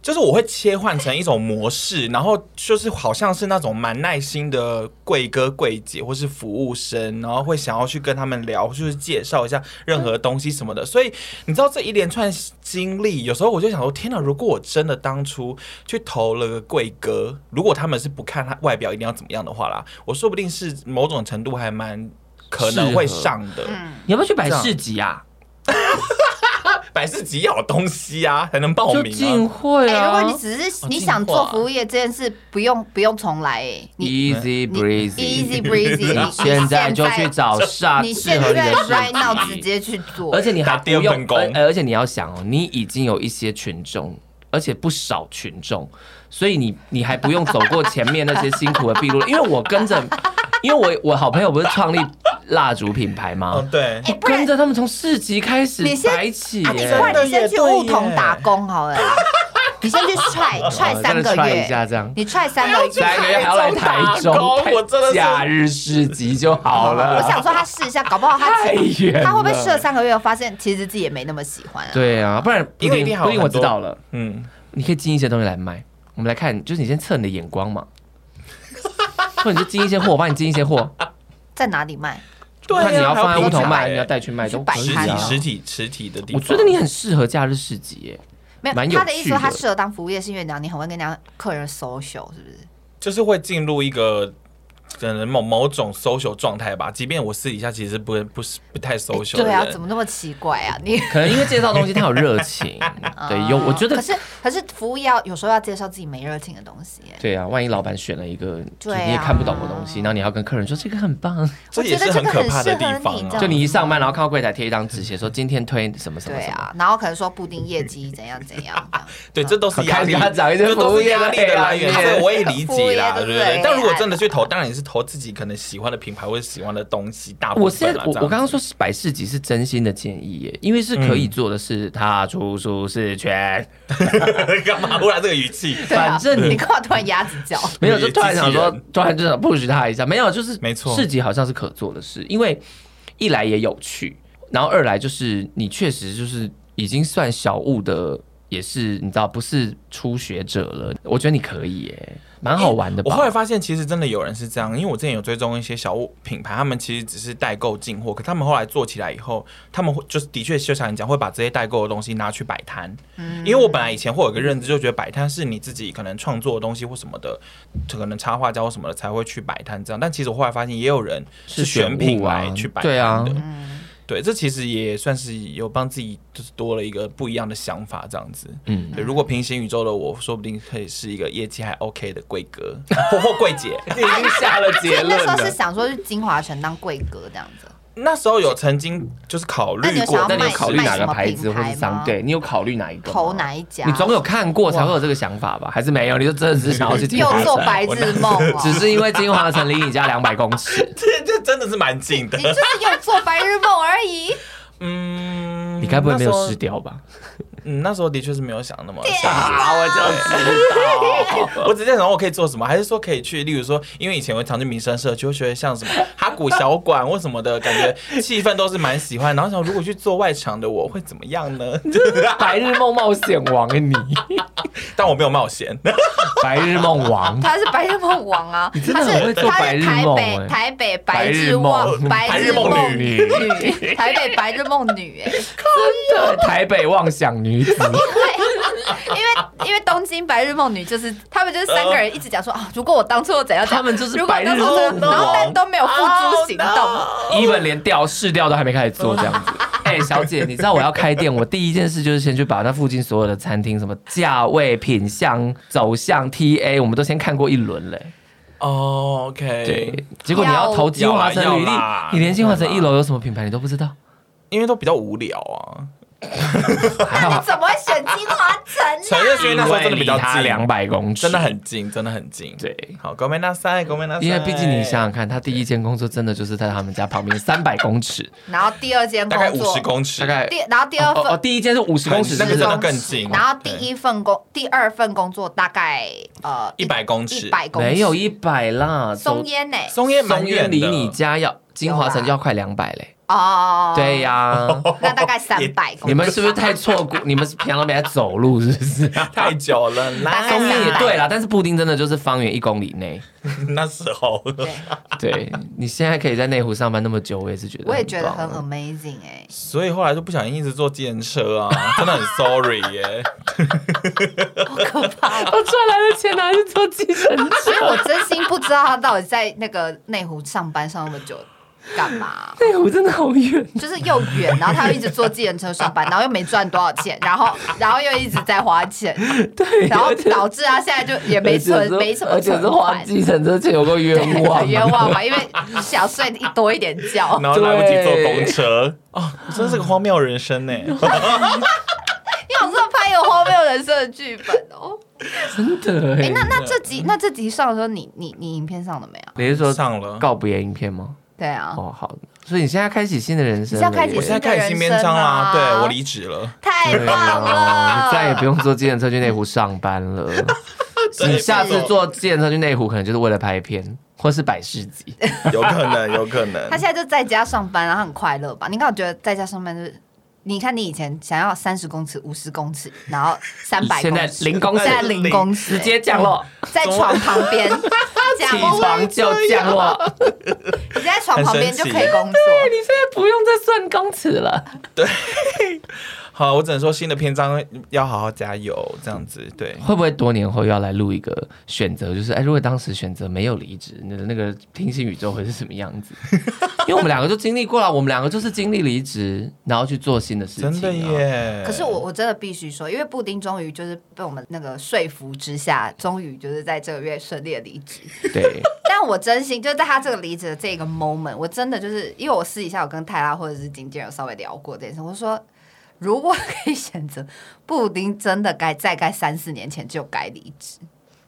Speaker 3: 就是我会切换成一种模式，然后就是好像是那种蛮耐心的贵哥贵姐或是服务生，然后会想要去跟他们聊，就是介绍一下任何东西什么的。所以你知道这一连串经历，有时候我就想说，天哪！如果我真的当初去投了个贵哥，如果他们是不看他外表一定要怎么样的话啦，我说不定是某种程度还蛮可能会上的。
Speaker 2: 嗯
Speaker 1: 你要不要去摆市集啊？
Speaker 3: 百事吉要有东西啊，才能报
Speaker 1: 就
Speaker 3: 名
Speaker 1: 进
Speaker 3: 啊。
Speaker 1: 会
Speaker 2: 哎、如
Speaker 1: 啊
Speaker 2: 果你只是
Speaker 3: 哦
Speaker 2: 你想
Speaker 3: 进化
Speaker 2: 做服务业这件事，不用不用重来、哎，你你
Speaker 1: ，Easy breezy，
Speaker 2: easy breezy，
Speaker 1: 你
Speaker 2: 你
Speaker 1: 现在就去找煞
Speaker 2: 你
Speaker 1: 适
Speaker 2: 现
Speaker 1: 合你
Speaker 2: 在
Speaker 1: 的
Speaker 2: right now
Speaker 1: 市
Speaker 2: 直
Speaker 1: 集。
Speaker 2: 接去做，
Speaker 1: 而且你还
Speaker 3: 打
Speaker 1: 不
Speaker 3: 第二份
Speaker 1: 用，
Speaker 3: 工
Speaker 1: 而而且你要想哦，你已经有一些群众，而且不少群众，所以你你还不用走过前面那些辛苦的闭路，因为我跟着， 因为我我好朋友不是创立蜡烛品牌吗
Speaker 3: 嗯，？对，
Speaker 1: 我
Speaker 2: 哦哎不然
Speaker 1: 跟着他们从市集开始
Speaker 2: 你先
Speaker 1: 摆起
Speaker 2: 啊，你
Speaker 1: 耶，
Speaker 2: 不然你
Speaker 3: 真的
Speaker 2: 先
Speaker 3: 耶
Speaker 2: 去
Speaker 3: 对
Speaker 2: 梧桐
Speaker 3: 耶
Speaker 2: 打工好 了，你先去踹踹
Speaker 1: 哦
Speaker 2: 三
Speaker 1: 真的
Speaker 2: 个
Speaker 1: try
Speaker 2: 月
Speaker 1: 一下这哎样
Speaker 2: 你踹三个
Speaker 1: 下一个月还
Speaker 2: 月。
Speaker 1: 要来台中
Speaker 3: 台中打， 工我真的是
Speaker 1: 假日市集就好了。
Speaker 2: 我想说他试一下，搞不好他
Speaker 1: 太远
Speaker 2: 他会不会
Speaker 1: 了
Speaker 2: 试了三个月，发现其实自己也没那么喜欢啊？
Speaker 1: 对啊，不然
Speaker 3: 因为一定
Speaker 1: 不
Speaker 3: 还有
Speaker 1: 不一定我
Speaker 3: 很
Speaker 1: 知
Speaker 3: 多
Speaker 1: 道了，
Speaker 3: 嗯，
Speaker 1: 你可以进一些东西来卖。我们来看，就是你先测你的眼光嘛， 或者你就进一些货，我帮你进一些货，
Speaker 2: 在哪里卖？
Speaker 3: 对啊
Speaker 1: 看你要放在
Speaker 2: 屋
Speaker 1: 梧
Speaker 2: 头
Speaker 1: 桐卖，
Speaker 2: 还
Speaker 1: 你要带去卖都可
Speaker 2: 摆
Speaker 1: 以
Speaker 3: 实
Speaker 2: 摊
Speaker 3: 体
Speaker 2: 啊
Speaker 1: 啊。
Speaker 3: 实体实体的地
Speaker 1: 我
Speaker 3: 方。
Speaker 1: 觉得你很适合假日市集耶，
Speaker 2: 没有，
Speaker 1: 蛮有
Speaker 2: 他的意思说
Speaker 1: 趣的
Speaker 2: 他适合当服务业，是因为讲你很会跟人家客人 social，是不是？
Speaker 3: 就是会进入一个可能某某种 social 状态吧。即便我私底下其实不不是不太
Speaker 1: 哎
Speaker 3: social 的
Speaker 2: 对
Speaker 3: 人，
Speaker 2: 啊，怎么那么奇怪啊？你
Speaker 1: 可能因为介绍东西它有热情，对，有我觉
Speaker 2: 啊可
Speaker 1: 得
Speaker 2: 是可是服务业要有时候要介绍自己没热情的东西耶。
Speaker 1: 对啊，万一老板选了一个就
Speaker 2: 对
Speaker 1: 是
Speaker 2: 啊
Speaker 1: 你也看不懂的东西，然后你还要跟客人说这个很棒，
Speaker 3: 这也是很可怕的
Speaker 2: 我觉得这
Speaker 3: 地方
Speaker 2: 个很适合你这样
Speaker 3: 啊。
Speaker 1: 就你一上班然后看到柜台贴一张纸写说今天推什么什么
Speaker 2: 对
Speaker 1: 什么，
Speaker 2: 啊，然后可能说布丁业绩怎样怎样 这样。
Speaker 3: 对，这都是压力，
Speaker 1: 好开始找一些
Speaker 3: 这都是压力的来源，
Speaker 1: 服务业的
Speaker 3: 这我也理解 啦，
Speaker 2: 服务业的
Speaker 3: 对不对
Speaker 2: 对？
Speaker 3: 但如果真的去投，当然也是投自己可能喜欢的品牌或者喜欢的东西，大部
Speaker 1: 我现
Speaker 3: 分
Speaker 1: 在
Speaker 3: 啦。
Speaker 1: 我
Speaker 3: 这样
Speaker 1: 我刚刚说百事集是真心的建议耶，因为是可以
Speaker 3: 嗯
Speaker 1: 做的是踏出舒适圈，
Speaker 3: 干嘛？忽然这个语气，
Speaker 2: 对啊
Speaker 1: 反正你
Speaker 2: 你干嘛突然鸭子叫？
Speaker 1: 没有
Speaker 3: 也
Speaker 1: 就突然想说
Speaker 3: 机器人，
Speaker 1: 突然就想 push 他一下，没有就是
Speaker 3: 没错
Speaker 1: 市集好像是可做的事，因为一来也有趣，然后二来就是你确实就是已经算小物的，也是你知道不是初学者了，我觉得你可以耶，蛮好玩的
Speaker 3: 我后来
Speaker 1: 吧。
Speaker 3: 发现，其实真的有人是这样，因为我之前有追踪一些小物品牌，他们其实只是代购进货，可他们后来做起来以后，他们会就是的确就像你讲，会把这些代购的东西拿去摆摊。因为我本来以前会有一个认知，就觉得摆摊是你自己可能创作的东西或什么的，可能插画家或什么的才会去摆摊这样。但其实我后来发现，也有人
Speaker 1: 是
Speaker 3: 选
Speaker 1: 选
Speaker 3: 品
Speaker 1: 物啊
Speaker 3: 来去摆
Speaker 1: 对啊
Speaker 3: 摊的。对，这其实也算是有帮自己，就是多了一个不一样的想法，这样子。
Speaker 1: 嗯
Speaker 3: 嗯，对。如果平行宇宙的我，说不定可以是一个业绩还 OK 的贵哥或或贵姐。
Speaker 1: 你已经下了
Speaker 2: 所以
Speaker 1: 结
Speaker 2: 那
Speaker 1: 论
Speaker 2: 时候是
Speaker 1: 了，
Speaker 2: 想说去金华城当贵哥这样子。
Speaker 3: 那时候有曾经就是考
Speaker 2: 那你
Speaker 3: 虑
Speaker 2: 有
Speaker 3: 过。
Speaker 2: 想，要
Speaker 1: 那你有
Speaker 2: 卖
Speaker 1: 考虑哪
Speaker 2: 卖什
Speaker 1: 个
Speaker 2: 么
Speaker 1: 牌子
Speaker 2: 品
Speaker 1: 或
Speaker 2: 牌
Speaker 1: 是商
Speaker 2: 吗
Speaker 1: 队？你有考虑哪一个吗？
Speaker 2: 投哪一家？
Speaker 1: 啊你总有看过才会有这个想法吧？还是没有？你就真的只是想要去金华
Speaker 2: 又做
Speaker 1: 城，
Speaker 2: 白日梦哦，
Speaker 1: 只是因为金华城离你家两百公尺
Speaker 3: 这这真的是蛮近的
Speaker 2: 你。就是又做白日梦而已。
Speaker 3: 嗯，
Speaker 1: 你该不会没有
Speaker 3: 那时候
Speaker 1: 失？掉吧？
Speaker 3: 嗯，那时候的确是没有想那么
Speaker 2: 天
Speaker 3: 深
Speaker 1: 啊，我 就知道。
Speaker 3: 我只是在想我可以做什么，还是说可以去，例如说，因为以前我常去民生社区，会觉得像什么 哈古小馆或什么的，感觉气氛都是蛮喜欢。然后想，如果去做外场的，我会怎么样呢？
Speaker 1: 白日梦冒险王欸你，
Speaker 3: 但我没有冒险。
Speaker 1: 白日梦王，
Speaker 2: 他是白日梦王 啊，
Speaker 1: 真的
Speaker 2: 他
Speaker 1: 很
Speaker 2: 是
Speaker 1: 会做
Speaker 2: 他
Speaker 1: 白
Speaker 2: 是
Speaker 1: 日
Speaker 2: 台
Speaker 1: 梦欸
Speaker 2: 北台北白日梦
Speaker 1: 白
Speaker 2: 白
Speaker 1: 日
Speaker 2: 日
Speaker 1: 梦
Speaker 2: 梦
Speaker 1: 女
Speaker 2: 女， 台北白日梦女哎，
Speaker 1: 真的台北妄想女子，
Speaker 2: 因为因 为东京白日梦女就是他们就是三个人一直讲说啊，如果我当初我怎样，
Speaker 1: 他们就是
Speaker 2: 如果我当初
Speaker 1: 白日
Speaker 2: 怎样
Speaker 1: 梦
Speaker 2: 然后但都没有付诸行动，
Speaker 1: 一本连调试调都还没开始做这 样子。哎、小姐，你知道我要开店，我第一件事就是先去把那附近所有的餐厅，什么价位、品相、走向、TA，我们都先看过一轮嘞、
Speaker 3: 哦，OK，
Speaker 1: 对，结果你要投金华城履历
Speaker 3: 要啦，
Speaker 1: 你连金华城一楼有什么品牌你都不知道，
Speaker 3: 因为都比较无聊啊。
Speaker 1: 还
Speaker 2: 你
Speaker 1: 好，
Speaker 2: 怎么会选金华城啊
Speaker 3: 承
Speaker 2: 呢？
Speaker 3: 认是因为那时候真的比较
Speaker 1: 两
Speaker 3: 近，
Speaker 1: 百公尺，
Speaker 3: 真的很近，真的很近。
Speaker 1: 对。
Speaker 3: 好，高美那塞，高美那 塞。
Speaker 1: 因为毕竟你想想看，他第一间工作真的就是在他们家旁边三百公尺，
Speaker 2: 然后第二间
Speaker 3: 大概
Speaker 2: 工
Speaker 3: 五
Speaker 2: 作
Speaker 3: 十，公尺，
Speaker 1: 大概
Speaker 2: 第然后第二
Speaker 1: 哦哦，
Speaker 2: 份。
Speaker 1: 第一间是五十公尺，
Speaker 3: 那个
Speaker 1: 是
Speaker 3: 真
Speaker 1: 不是
Speaker 3: 的更近。
Speaker 2: 然后第一份工，第二份工作大概呃
Speaker 3: 一百公
Speaker 2: 一
Speaker 3: 尺，
Speaker 2: 百公尺，
Speaker 1: 没有一百啦，
Speaker 2: 松
Speaker 1: 走
Speaker 2: 烟呢、
Speaker 3: 松烟蛮
Speaker 1: 松
Speaker 3: 远
Speaker 1: 烟
Speaker 3: 的
Speaker 1: 离你家要金华城就要快两百嘞，
Speaker 2: 哦，
Speaker 1: 对、呀，哦
Speaker 2: 那大概 三百公里。
Speaker 1: 你们是不是太错过？ 你们是平常都没在走路，是不 是？
Speaker 3: 太久了，
Speaker 2: 大
Speaker 3: 那
Speaker 2: 概
Speaker 1: 公里也
Speaker 2: 300
Speaker 1: 对啦，但是布丁真的就是方圆一公里内。
Speaker 3: 那时候
Speaker 2: 对，
Speaker 1: 对你现在可以在内湖上班那么久，我也是觉得，
Speaker 2: 我也觉得 很。amazing 哎、
Speaker 3: 所以后来就不小心一直坐电车啊， 真的很 sorry 耶。
Speaker 2: 好可怕哦！
Speaker 1: 我赚来的钱拿去做计程车
Speaker 2: 所以，我真心不知道他到底在那个内湖上班上那么久干嘛。
Speaker 1: 内湖真的好远。
Speaker 2: 就是又远，然后他又一直坐计程车上班，然后又没赚多少钱，然后然后又一直在花钱，
Speaker 1: 对，
Speaker 2: 然后
Speaker 1: 而且
Speaker 2: 导致他现在就也没
Speaker 1: 而且
Speaker 2: 存，
Speaker 1: 是
Speaker 2: 没什么
Speaker 1: 而且
Speaker 2: 存
Speaker 1: 是花
Speaker 2: 款，
Speaker 1: 计程车钱有个冤
Speaker 2: 对
Speaker 1: 枉
Speaker 2: 很， 冤枉吧，因为想睡一多一点觉。
Speaker 3: 然后来不及坐公车哦，真是个荒谬人生呢。
Speaker 2: 哦你好适合拍一个荒谬人生的剧本哦。
Speaker 1: 真的
Speaker 2: 哎、
Speaker 1: 哎。
Speaker 2: 那那这集那这集上的时候，你你你影片上了没啊有？
Speaker 1: 你是说
Speaker 3: 上了，
Speaker 1: 告别影片吗？
Speaker 2: 对啊，
Speaker 1: 哦，好，所以你现在开启新的人生
Speaker 2: 你现在
Speaker 1: 了耶，
Speaker 2: 开启
Speaker 3: 我现在开始新篇章啦，
Speaker 2: 人生啊
Speaker 3: 对我离职了，
Speaker 2: 太
Speaker 1: 对
Speaker 2: 棒
Speaker 1: 啊
Speaker 2: 了！
Speaker 1: 你再也不用坐计程车去内湖上班 了。你下次坐计程车去内湖，可能就是为了拍片或是摆市集。
Speaker 3: 有可能，有可 能
Speaker 2: 他现在就在家上班，然后很快乐吧？你看，我觉得在家上班就是，你看你以前想要三十公尺、五十公尺，然后三百，
Speaker 1: 现在零公
Speaker 2: 现
Speaker 1: 尺
Speaker 2: 在零公尺，
Speaker 1: 直接降落，
Speaker 2: 在床旁边， 这
Speaker 1: 起
Speaker 2: 样
Speaker 1: 床就 降落。
Speaker 2: 你在床旁边就可以工作。
Speaker 1: 你现在不用再算公尺了。
Speaker 3: 好，我只能说新的篇章要好好加油，这样子对。
Speaker 1: 会不会多年后又要来录一个选择？就是哎，如果当时选择没有离职，你的那个平行宇宙会是什么样子？ 因为我们两个就经历过了，我们两个就是经历离职，然后去做新的事情、啊。
Speaker 3: 真的！耶！
Speaker 2: 可是我我真的必须说，因为布丁终于就是被我们那个说服之下，终于就是在这个月顺利地离职。
Speaker 1: 对，
Speaker 2: 但我真心就是在他这个离职的这个 moment，我真的就是因为我私底下有跟泰拉或者是经纪人有稍微聊过这件事，我说如果可以选择，布丁真的该再该三四年前就该离职。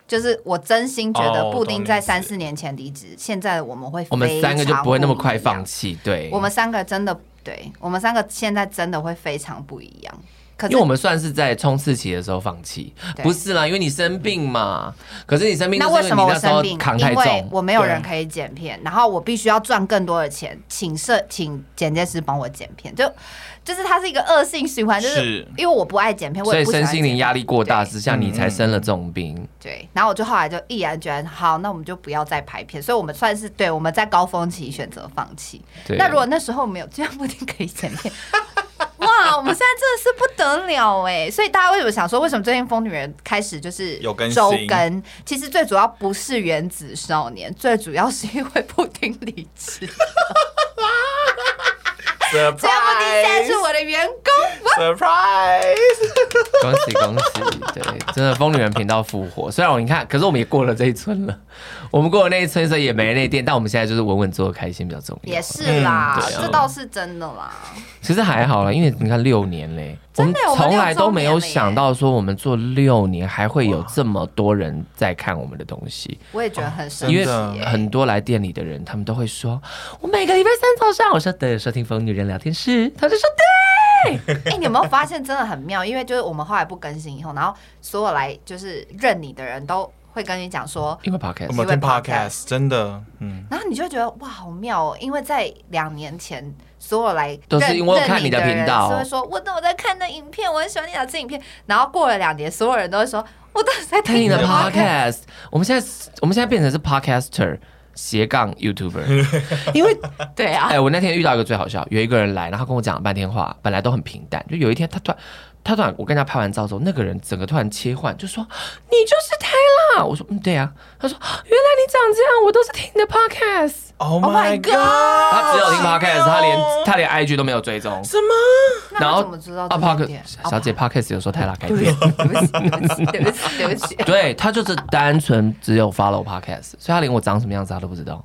Speaker 2: 就是我真心觉
Speaker 3: 哦
Speaker 2: 得
Speaker 3: 我
Speaker 2: 布
Speaker 3: 懂
Speaker 2: 丁
Speaker 3: 你
Speaker 2: 在
Speaker 3: 意思
Speaker 2: 三四年前离职，现在我们会
Speaker 1: 我们三个就不会那么快
Speaker 2: 弃。
Speaker 1: 放弃。对，
Speaker 2: 我们三个真的，对我们三个现在真的会非常不一样。可
Speaker 1: 因
Speaker 2: 是
Speaker 1: 为我们算是在冲刺期的时候放弃，
Speaker 2: 对
Speaker 1: 不是啦，因为你生病嘛。可是你生病，
Speaker 2: 那为什么我
Speaker 1: 那时候
Speaker 2: 生病？
Speaker 1: 扛太
Speaker 2: 因为
Speaker 1: 重，
Speaker 2: 我没有人
Speaker 3: 对
Speaker 2: 可以剪片，然后我必须要赚更多的钱，请摄请剪接师帮我剪片，就就是它是一个恶性循环，就是
Speaker 3: 是
Speaker 2: 因为我不爱剪片，我
Speaker 1: 所
Speaker 2: 也
Speaker 1: 以
Speaker 2: 不喜欢
Speaker 1: 身心灵
Speaker 2: 剪
Speaker 1: 压力过大
Speaker 2: 对
Speaker 1: 之下，
Speaker 3: 嗯
Speaker 1: 你才生了重病。
Speaker 2: 对，然后我就后来就毅然决然，好，那我们就不要再拍片，所以我们算是对我们在高峰期选择放弃。
Speaker 1: 对，
Speaker 2: 那如果那时候我们有这样不一定可以剪片。 哇，我们现在真的是不得了哎！所以大家为什么想说，为什么最近疯女人开始就是
Speaker 3: 有更新
Speaker 2: 周更？其实最主要不是原子少年，最主要是因为布丁离职。 这样布丁现在是
Speaker 3: surprise
Speaker 2: 我的员工，
Speaker 3: surprise，
Speaker 1: 恭喜恭喜！对，真的疯女人频道复活。虽然我你看，可是我们也过了这一村了，我们过了那一村，所以也没那店。但我们现在就是稳稳做的开心比较重要。
Speaker 2: 也是啦
Speaker 1: 嗯，对啊
Speaker 2: 这倒是真的啦。
Speaker 1: 其实还好啦，因为你看六年嘞，我
Speaker 2: 真
Speaker 1: 们
Speaker 2: 的我们
Speaker 1: 从来
Speaker 2: 六周
Speaker 1: 都没有
Speaker 2: 年了耶
Speaker 1: 想到说我们做六年还会有这么多人在看我们的东西。
Speaker 2: 我也觉得很神
Speaker 1: 因
Speaker 2: 奇
Speaker 1: 为
Speaker 2: 耶、
Speaker 1: 很多来店里的人，他们都会说：“我每个礼拜三早上，我说对，收听疯女人聊天室。”他就说
Speaker 2: 哎、你有没有发现真的很妙？因为就是我们后来不更新以后，然后所有来就是认你的人都会跟你讲说，
Speaker 1: 对，因为
Speaker 3: 我
Speaker 1: podcast
Speaker 3: 们听
Speaker 2: 因为
Speaker 3: podcast 真的，嗯，
Speaker 2: 然后你就会觉得哇，好妙哦！因为在两年前，所有来
Speaker 1: 都是
Speaker 2: 认
Speaker 1: 因为我
Speaker 2: 认
Speaker 1: 看
Speaker 2: 你
Speaker 1: 你的频
Speaker 2: 人
Speaker 1: 道
Speaker 2: 是会说我都有在看那影片，我很喜欢你的啊这影片。然后过了两年，所有人都会说我都有在
Speaker 1: 听 你的
Speaker 2: 的 podcast。
Speaker 1: podcast。我们现在我们现在变成是 podcaster 斜杠 YouTuber，因 为
Speaker 2: 对啊，
Speaker 1: 哎，我那天遇到一个最好笑，有一个人来，然后他跟我讲了半天话，本来都很平淡，就有一天他突然。他突然，我跟他拍完照之后，那个人整个突然切换，就说：“你就是泰拉。”我说：“嗯，对啊。”他说：“原来你长这样，我都是听你的 podcast。”
Speaker 3: Oh
Speaker 2: my
Speaker 3: my
Speaker 2: god！
Speaker 3: god！
Speaker 1: 他
Speaker 3: 他
Speaker 1: 只有啊听 podcast，他连他连 IG 都没有追踪。
Speaker 3: 什么？
Speaker 2: 那
Speaker 1: 然
Speaker 2: 他
Speaker 1: 后
Speaker 2: 怎么知道
Speaker 1: 啊
Speaker 2: 这一
Speaker 1: ，podcast
Speaker 2: 点？
Speaker 1: 小姐 podcast 有时候太拉改变，
Speaker 2: 哦 对不起，对不起，对不起，对不 起。
Speaker 1: 对他就是单纯只有 follow podcast，所以他连我长什么样子他都不知道。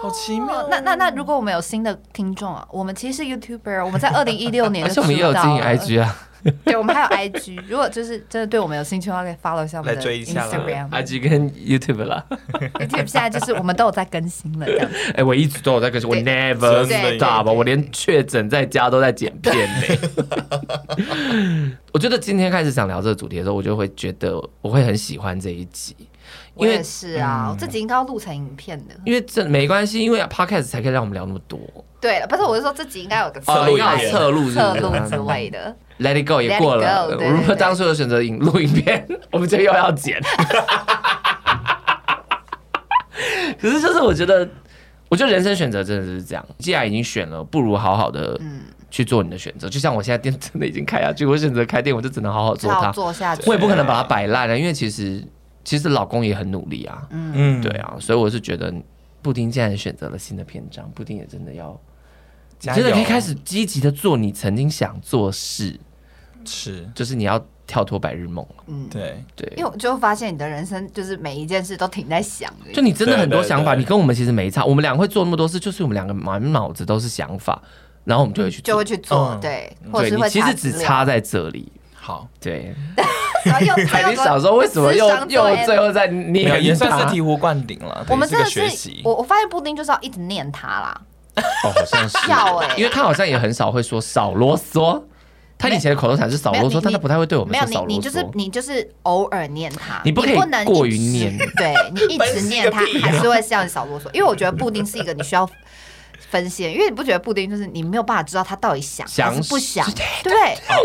Speaker 3: 好奇
Speaker 2: 哦
Speaker 3: 妙。
Speaker 2: 那那那，如果我们有新的听众啊，我们其实是 YouTuber，我们在二零一六年
Speaker 1: 而且
Speaker 2: 就
Speaker 1: 我们也有
Speaker 2: 出
Speaker 1: 经
Speaker 2: 道
Speaker 1: 营
Speaker 2: 了
Speaker 1: IG 啊
Speaker 2: 对，我们还有 IG。如果就是真的对我们有兴趣的话，可以 follow 一下我们
Speaker 3: 来
Speaker 2: 的
Speaker 3: 追一下啦
Speaker 2: Instagram。啊
Speaker 1: ，IG 跟 YouTube 啦。
Speaker 2: YouTube 现在就是我们都有在更新了，这样。
Speaker 1: 哎，我一直都有在更新，我
Speaker 2: 对
Speaker 1: never
Speaker 3: 真的
Speaker 2: 对
Speaker 1: stop，
Speaker 2: 对
Speaker 1: 我连确诊在家都在剪片呢。 我觉得今天开始想聊这个主题的时候，我就会觉得我会很喜欢这一集，
Speaker 2: 我
Speaker 1: 因为嗯
Speaker 2: 也是啊，我自己应该要录成影片的。
Speaker 1: 因为这没关系，因为 podcast 才可以让我们聊那么多。
Speaker 2: 对了，不是，我是说自己应该有个
Speaker 3: 侧录影
Speaker 2: 外
Speaker 3: 片
Speaker 1: 侧哦录是不是嗯
Speaker 2: 侧录之类的。
Speaker 1: Let it go 也过了
Speaker 2: Let it go，对
Speaker 1: 如
Speaker 2: 对
Speaker 1: 果
Speaker 2: 对
Speaker 1: 当初有选择影录影片， 我们就又要剪。 可是就是我觉得，我觉得人生选择真的是这样，既然已经选了，不如好好的
Speaker 2: 嗯
Speaker 1: 去做你的选择。就像我现在店真的已经开下去，我选择开店，我就只能好好做
Speaker 2: 要
Speaker 1: 它。
Speaker 2: 做下去，
Speaker 1: 我也不可能把它摆烂了，啊因为其实其实老公也很努力啊，
Speaker 3: 嗯，
Speaker 1: 对，啊，所以我是觉得布丁既然选择了新的篇章，布丁也真的要，你
Speaker 3: 加
Speaker 1: 真的可以
Speaker 3: 油
Speaker 1: 开始积极的做你曾经想做的事，
Speaker 3: 是，
Speaker 1: 就是你要跳脱白日梦了
Speaker 2: 嗯，
Speaker 3: 对，
Speaker 1: 对
Speaker 2: 因为，我就发现你的人生就是每一件事都停在想而已，
Speaker 1: 就你真的很多想法，
Speaker 3: 对对对
Speaker 1: 你跟我们其实没差，我们俩会做那么多事，就是我们两个满脑子都是想法，然后我们就会去
Speaker 2: 就
Speaker 1: 做
Speaker 2: 会。去做，
Speaker 3: 嗯
Speaker 2: 对，或者
Speaker 1: 对
Speaker 2: 是
Speaker 1: 你
Speaker 2: 会
Speaker 1: 其
Speaker 2: 查
Speaker 1: 实
Speaker 2: 资
Speaker 1: 只
Speaker 2: 料
Speaker 1: 差在这里。
Speaker 3: 好，
Speaker 1: 对，
Speaker 2: 然后又 这
Speaker 1: 哎，
Speaker 2: 样
Speaker 1: 你
Speaker 2: 子
Speaker 1: 小时候为什么又
Speaker 2: 智商
Speaker 1: 又
Speaker 2: 对
Speaker 1: 最后在念
Speaker 3: 没有
Speaker 1: 他？
Speaker 3: 也算是醍醐灌顶了，
Speaker 2: 我们
Speaker 3: 对
Speaker 2: 真
Speaker 3: 是
Speaker 2: 的
Speaker 3: 个
Speaker 2: 是
Speaker 3: 学习，
Speaker 2: 我我发现布丁就是要一直念他啦，
Speaker 1: 哦，好像是
Speaker 2: 要欸
Speaker 1: 因为他好像也很少会说少啰嗦。他以前的口头禅是少
Speaker 2: 没有
Speaker 1: 啰嗦，
Speaker 2: 你
Speaker 1: 但他不太会对我们
Speaker 2: 没有
Speaker 1: 说
Speaker 2: 你
Speaker 1: 少
Speaker 2: 你
Speaker 1: 啰
Speaker 2: 就是
Speaker 1: 嗦。
Speaker 2: 你就是偶尔念他，
Speaker 1: 你不可以
Speaker 2: 能
Speaker 1: 过
Speaker 2: 一
Speaker 1: 于
Speaker 2: 直
Speaker 1: 念
Speaker 2: 对你一
Speaker 3: 分
Speaker 2: 直
Speaker 3: 析
Speaker 2: 念
Speaker 3: 个
Speaker 2: 他
Speaker 3: 屁
Speaker 2: 还是会像少啰嗦，因为我觉得布丁是一个你需要分析的，因为你不觉得布丁就是你没有办法知道他到底想
Speaker 1: 想
Speaker 2: 还是不想
Speaker 1: 是，
Speaker 2: 对。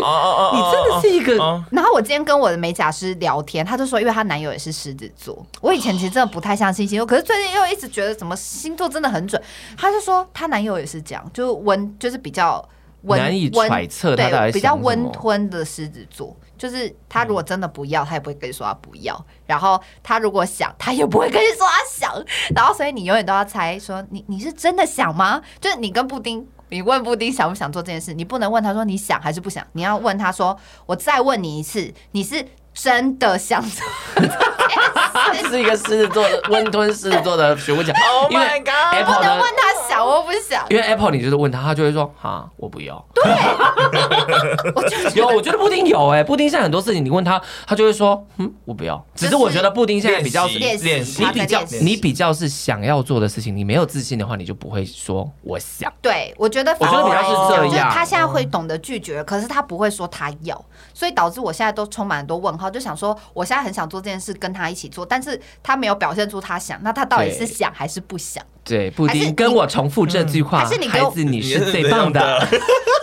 Speaker 3: 哦哦哦
Speaker 1: 你真的是一个
Speaker 3: 哦
Speaker 2: 然后我今天跟我的美甲师聊天，她就说，因为她男友也是狮子座，我以前其实真的不太相信星座，可是最近又一直觉得怎么星座真的很准。她就说她男友也是这样，就温就是比较温
Speaker 1: 难以
Speaker 2: 温
Speaker 1: 揣测他到底
Speaker 2: 对，比
Speaker 1: 想
Speaker 2: 较
Speaker 1: 什
Speaker 2: 温
Speaker 1: 么
Speaker 2: 吞的狮子座，就是他如果真的不要，他也不会跟你说他不要；然后他如果想，他也不会跟你说他想。然后所以你永远都要猜说你你是真的想吗？就是你跟布丁。你问布丁想不想做这件事，你不能问他说你想还是不想，你要问他说我再问你一次，你是真的想做这 件事
Speaker 1: 是一个狮子座的温吞狮子座的学问家
Speaker 3: ，Oh
Speaker 1: 因
Speaker 3: my
Speaker 1: 为
Speaker 3: god！
Speaker 2: 不
Speaker 1: Apple
Speaker 2: 能
Speaker 1: 呢
Speaker 2: 问，他想或不想。
Speaker 1: 因为 Apple 你就是问他，他就会说啊，我不要。
Speaker 2: 我就 觉
Speaker 1: 有，
Speaker 2: 得
Speaker 1: 我觉得布丁有哎，布丁现在很多事情你问他，他就会说嗯，我不要。只
Speaker 2: 就是是
Speaker 1: 我觉得布丁现在比较是
Speaker 2: 练习
Speaker 3: 练习
Speaker 2: 他
Speaker 1: 你
Speaker 2: 在
Speaker 1: 比较
Speaker 2: 练习
Speaker 1: 你比较是想要做的事情，你没有自信的话，你就不会说我想。
Speaker 2: 对，我觉得
Speaker 1: 我
Speaker 2: 反
Speaker 1: 觉得
Speaker 2: 而
Speaker 1: 比较是
Speaker 2: 这
Speaker 1: 这
Speaker 2: 就是
Speaker 1: 样嗯
Speaker 2: 他现在会懂得拒绝，可是他不会说他要，所以导致我现在都充满很多问号，就想说我现在很想做这件事，跟他一起做，但是他没有表现出他想，那他到底
Speaker 1: 对
Speaker 2: 是想还是不想？
Speaker 1: 对，布
Speaker 2: 还是
Speaker 1: 丁
Speaker 2: 你嗯
Speaker 1: 跟我重复这句话，
Speaker 2: 还是你给我
Speaker 1: 孩子你是最棒的。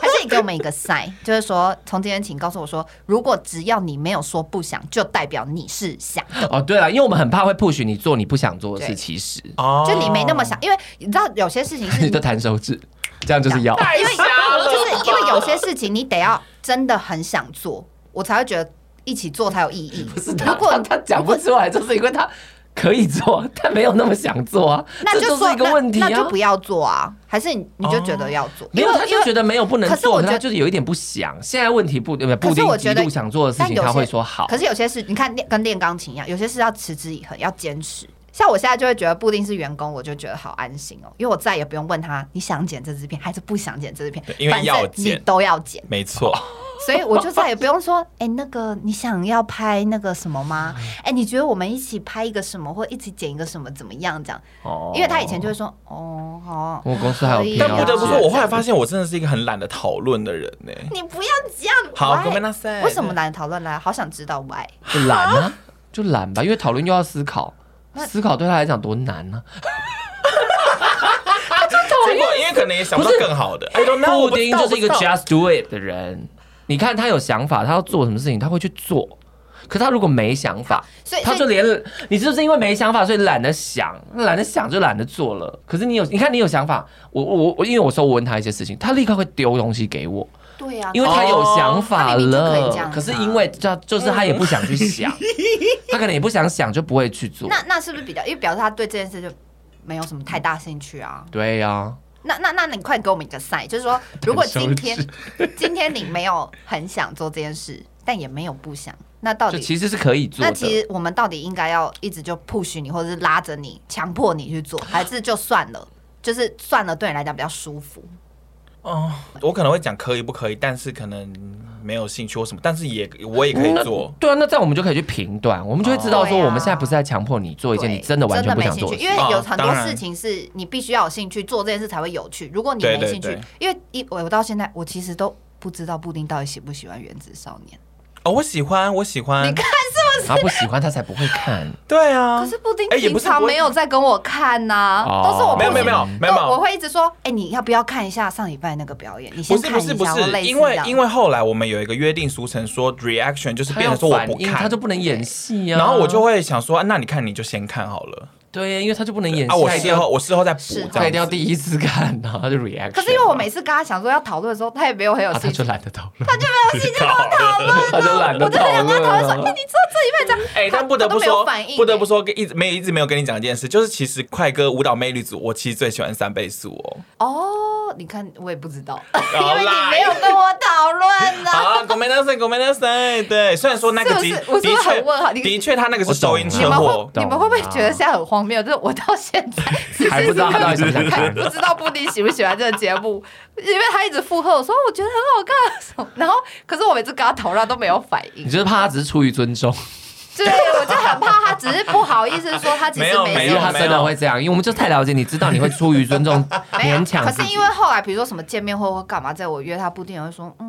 Speaker 2: 还是你给我们一个 sign，就是 说从今天请告诉我说，如果只要你没有说不想，就代表你是想，
Speaker 1: 哦，对了，因为我们很怕会 push 你做你不想做的事，
Speaker 2: 对
Speaker 1: 其实
Speaker 3: 哦
Speaker 2: 就你没那么想，因为你知道有些事 情是
Speaker 1: 你就弹手指，这 样就是要。
Speaker 2: 因为就是因为有些事情你得要真的很想做，我才会觉得一起做才有意义。
Speaker 1: 不是他，
Speaker 2: 如果
Speaker 1: 他他讲不出来，就是因为他可以做，但没有那么想做啊，
Speaker 2: 那
Speaker 1: 这
Speaker 2: 就
Speaker 1: 就
Speaker 2: 说
Speaker 1: 是一个问题
Speaker 2: 那，
Speaker 1: 啊。
Speaker 2: 那就不要做啊，还是你你就觉得要做？
Speaker 1: 没有，他就觉得没有不能
Speaker 2: 可是我
Speaker 1: 做，
Speaker 2: 觉
Speaker 1: 他
Speaker 2: 得
Speaker 1: 就是有一点不想。现在问题不，呃不
Speaker 2: 可
Speaker 1: 一
Speaker 2: 是
Speaker 1: 定
Speaker 2: 我
Speaker 1: 极
Speaker 2: 觉得
Speaker 1: 度想做的事情，
Speaker 2: 但有些
Speaker 1: 他会说好
Speaker 2: 可。是有些事，你看练跟练钢琴一样，有些事要持之以恒，要坚持。像我现在就会觉得布丁是员工，我就觉得好安心哦，因为我再也不用问他你想剪这支片还是不想剪这支片
Speaker 3: 对，因为
Speaker 2: 反正
Speaker 3: 要
Speaker 2: 你
Speaker 3: 剪
Speaker 2: 都要剪，
Speaker 3: 没错，
Speaker 2: 所以我就再也不用说，哎、那个你想要拍那个什么吗？哎、你觉得我们一起拍一个什么，或一起剪一个什么，怎么样？这样，
Speaker 1: 哦
Speaker 2: 因为他以前就会说，哦，好啊、
Speaker 1: 我公司还有
Speaker 2: 可以
Speaker 1: 片
Speaker 3: 但
Speaker 2: 啊
Speaker 1: 要
Speaker 3: 不得不
Speaker 1: 剪
Speaker 3: 说，我后来发现我真的是一个很懒得讨论的人呢。
Speaker 2: 你不要这样，
Speaker 3: 好，
Speaker 2: why？
Speaker 3: ごめんなさい
Speaker 2: 为什么？懒得讨论来？好想知道 why。
Speaker 1: 就懒啊，就懒吧，因为讨论又要思考，思考对他来讲多难啊呢、
Speaker 3: 结果因为可能也想不到
Speaker 1: 不是
Speaker 3: 更好的。I 哎 don't know，我
Speaker 1: 布
Speaker 3: 不知
Speaker 1: 丁
Speaker 3: 道
Speaker 1: 就是一个
Speaker 3: 我不知道
Speaker 1: just do it 的人。你看他有想法，他要做什么事情，他会去做。可他如果没想法，
Speaker 2: 所以，
Speaker 1: 他
Speaker 2: 所
Speaker 1: 就
Speaker 2: 以
Speaker 1: 连你就是因为没想法，所以懒得想，懒得想就懒得做了。可是你有，你看你有想法，我我我，因为我说我问他一些事情，他立刻会丢东西给我，
Speaker 2: 对啊，
Speaker 1: 因为他有想法
Speaker 2: 他明明就可以
Speaker 1: 了。
Speaker 2: 这样子啊嗯
Speaker 1: 可是因为他就是他也不想去 想，他可能也不想想，就不会去做。
Speaker 2: 那那是不是比较？因为表示他对这件事就没有什么太大兴趣啊。
Speaker 1: 对呀、
Speaker 2: 那那那你快给我们一个 sign，就是 说，如果今天 今天你没有很想做这件事，但也没有不想，那到
Speaker 1: 就
Speaker 2: 底
Speaker 1: 其实是可以做
Speaker 2: 那
Speaker 1: 的。
Speaker 2: 其实我们到底应该要一直就 push 你，或者是拉着你，强迫你去做，还是就算了？就是算了，对你来讲比较舒服。
Speaker 3: 哦，我可能会讲可以不可以，但是可能没有兴趣或什么，但是也我也可以
Speaker 2: 嗯
Speaker 3: 做。
Speaker 1: 对啊，那这样我们就可以去评断，我们就会知道说
Speaker 2: 哦
Speaker 1: 我们现在不是在强迫你做一件
Speaker 2: 对
Speaker 1: 你真的完全不想
Speaker 2: 真的
Speaker 1: 做
Speaker 2: 没兴
Speaker 1: 的
Speaker 2: 趣，
Speaker 1: 事。
Speaker 2: 因为有
Speaker 3: 哦
Speaker 2: 很
Speaker 3: 当
Speaker 2: 多
Speaker 3: 然
Speaker 2: 事情是你必须要有兴趣做这件事才会有趣。如果你
Speaker 3: 对
Speaker 2: 没
Speaker 3: 对
Speaker 2: 兴趣
Speaker 3: 对，
Speaker 2: 因为一我到现在我其实都不知道布丁到底喜不喜欢原子少年。
Speaker 3: 哦，我喜欢，我喜欢。你看
Speaker 1: 然后不喜欢他才不会看。
Speaker 3: 对啊，
Speaker 2: 可是布丁
Speaker 3: 哎也
Speaker 2: 平
Speaker 3: 不是
Speaker 2: 常
Speaker 3: 不会
Speaker 2: 没有在跟我看呐、
Speaker 1: 哦
Speaker 2: 都是我
Speaker 3: 没有没有没有
Speaker 2: 都
Speaker 3: 没有没有
Speaker 2: 我会一直说，哎、你要不要看一下上礼拜那个表演？你
Speaker 3: 不
Speaker 2: 先
Speaker 3: 是
Speaker 2: 看
Speaker 3: 不
Speaker 2: 一
Speaker 3: 是
Speaker 2: 下，
Speaker 3: 不
Speaker 2: 我类
Speaker 3: 是，
Speaker 2: 似
Speaker 3: 因为
Speaker 2: 这样
Speaker 3: 因为后来我们有一个约定俗成，说 reaction 就是
Speaker 1: 他
Speaker 3: 变
Speaker 1: 要
Speaker 3: 成说我
Speaker 1: 反
Speaker 3: 不
Speaker 1: 应，
Speaker 3: 看
Speaker 1: 他就，不能演戏啊。
Speaker 3: 然后我就会想说，啊那你看你就先看好了
Speaker 1: 对，因为他就不能演戏，
Speaker 3: 啊，我
Speaker 1: 他一定
Speaker 3: 事
Speaker 1: 要
Speaker 3: 后我事后再补
Speaker 2: 事后
Speaker 3: 这
Speaker 1: 他一定要
Speaker 3: 样子。
Speaker 1: 第一次看，然后他就 react。
Speaker 2: 可是因为我每次跟他想说要讨论的时候，他也没有很有
Speaker 1: 啊，他
Speaker 2: 兴趣
Speaker 1: 就，懒得讨论，
Speaker 2: 他
Speaker 1: 他就懒得
Speaker 2: 啊我真的
Speaker 1: 讨
Speaker 2: 很跟
Speaker 1: 论
Speaker 2: 他讨论说，哎、
Speaker 1: 了。
Speaker 2: 你知道这一拜这样，
Speaker 3: 哎，
Speaker 2: 他
Speaker 3: 但不得
Speaker 2: 他
Speaker 3: 不
Speaker 2: 都没有
Speaker 3: 说
Speaker 2: 反应，
Speaker 3: 不得不
Speaker 2: 哎
Speaker 3: 说，一直没有一直没有跟你讲一件事，就是其实快歌舞蹈魅力组，我其实最喜欢三倍速哦。
Speaker 2: 哦，你看我也不知道， 因
Speaker 3: 好啦
Speaker 2: 为你没有啊跟我讨论呐。
Speaker 3: 好啊，ごめんなさい，ごめんなさい。对，虽然说那个
Speaker 2: 是不
Speaker 3: 的
Speaker 2: 是我是不
Speaker 3: 的
Speaker 2: 是很问号
Speaker 3: 确
Speaker 2: 你
Speaker 3: 的确他那个是
Speaker 1: 我懂
Speaker 3: 收音
Speaker 1: 了
Speaker 2: 你
Speaker 3: 车
Speaker 2: 们
Speaker 3: 祸
Speaker 2: 会，
Speaker 1: 懂
Speaker 2: 你们会不会
Speaker 1: 了
Speaker 2: 觉得现在很荒谬？就是我到现在此时
Speaker 1: 还不 知道他到底想不想看
Speaker 2: 还不知道布丁喜不喜欢这个节目，因为他一直附和我说我觉得很好看什么，然后可是我每次跟他讨论都没有反应
Speaker 1: 你，就是怕他只是出于尊重，
Speaker 2: 对我就很怕他只是不好意思说他其
Speaker 3: 没
Speaker 2: 实
Speaker 3: 有
Speaker 2: 没
Speaker 3: 没
Speaker 1: 因
Speaker 3: 有
Speaker 1: 为
Speaker 2: 有
Speaker 1: 他真的会这样，因为我们就太了解你，知道你会出于尊 重
Speaker 2: 没有
Speaker 1: 勉强
Speaker 2: 可
Speaker 1: 自
Speaker 2: 是
Speaker 1: 己
Speaker 2: 因为。后来比如说什么见面会或干嘛，在我约他布丁也会说嗯。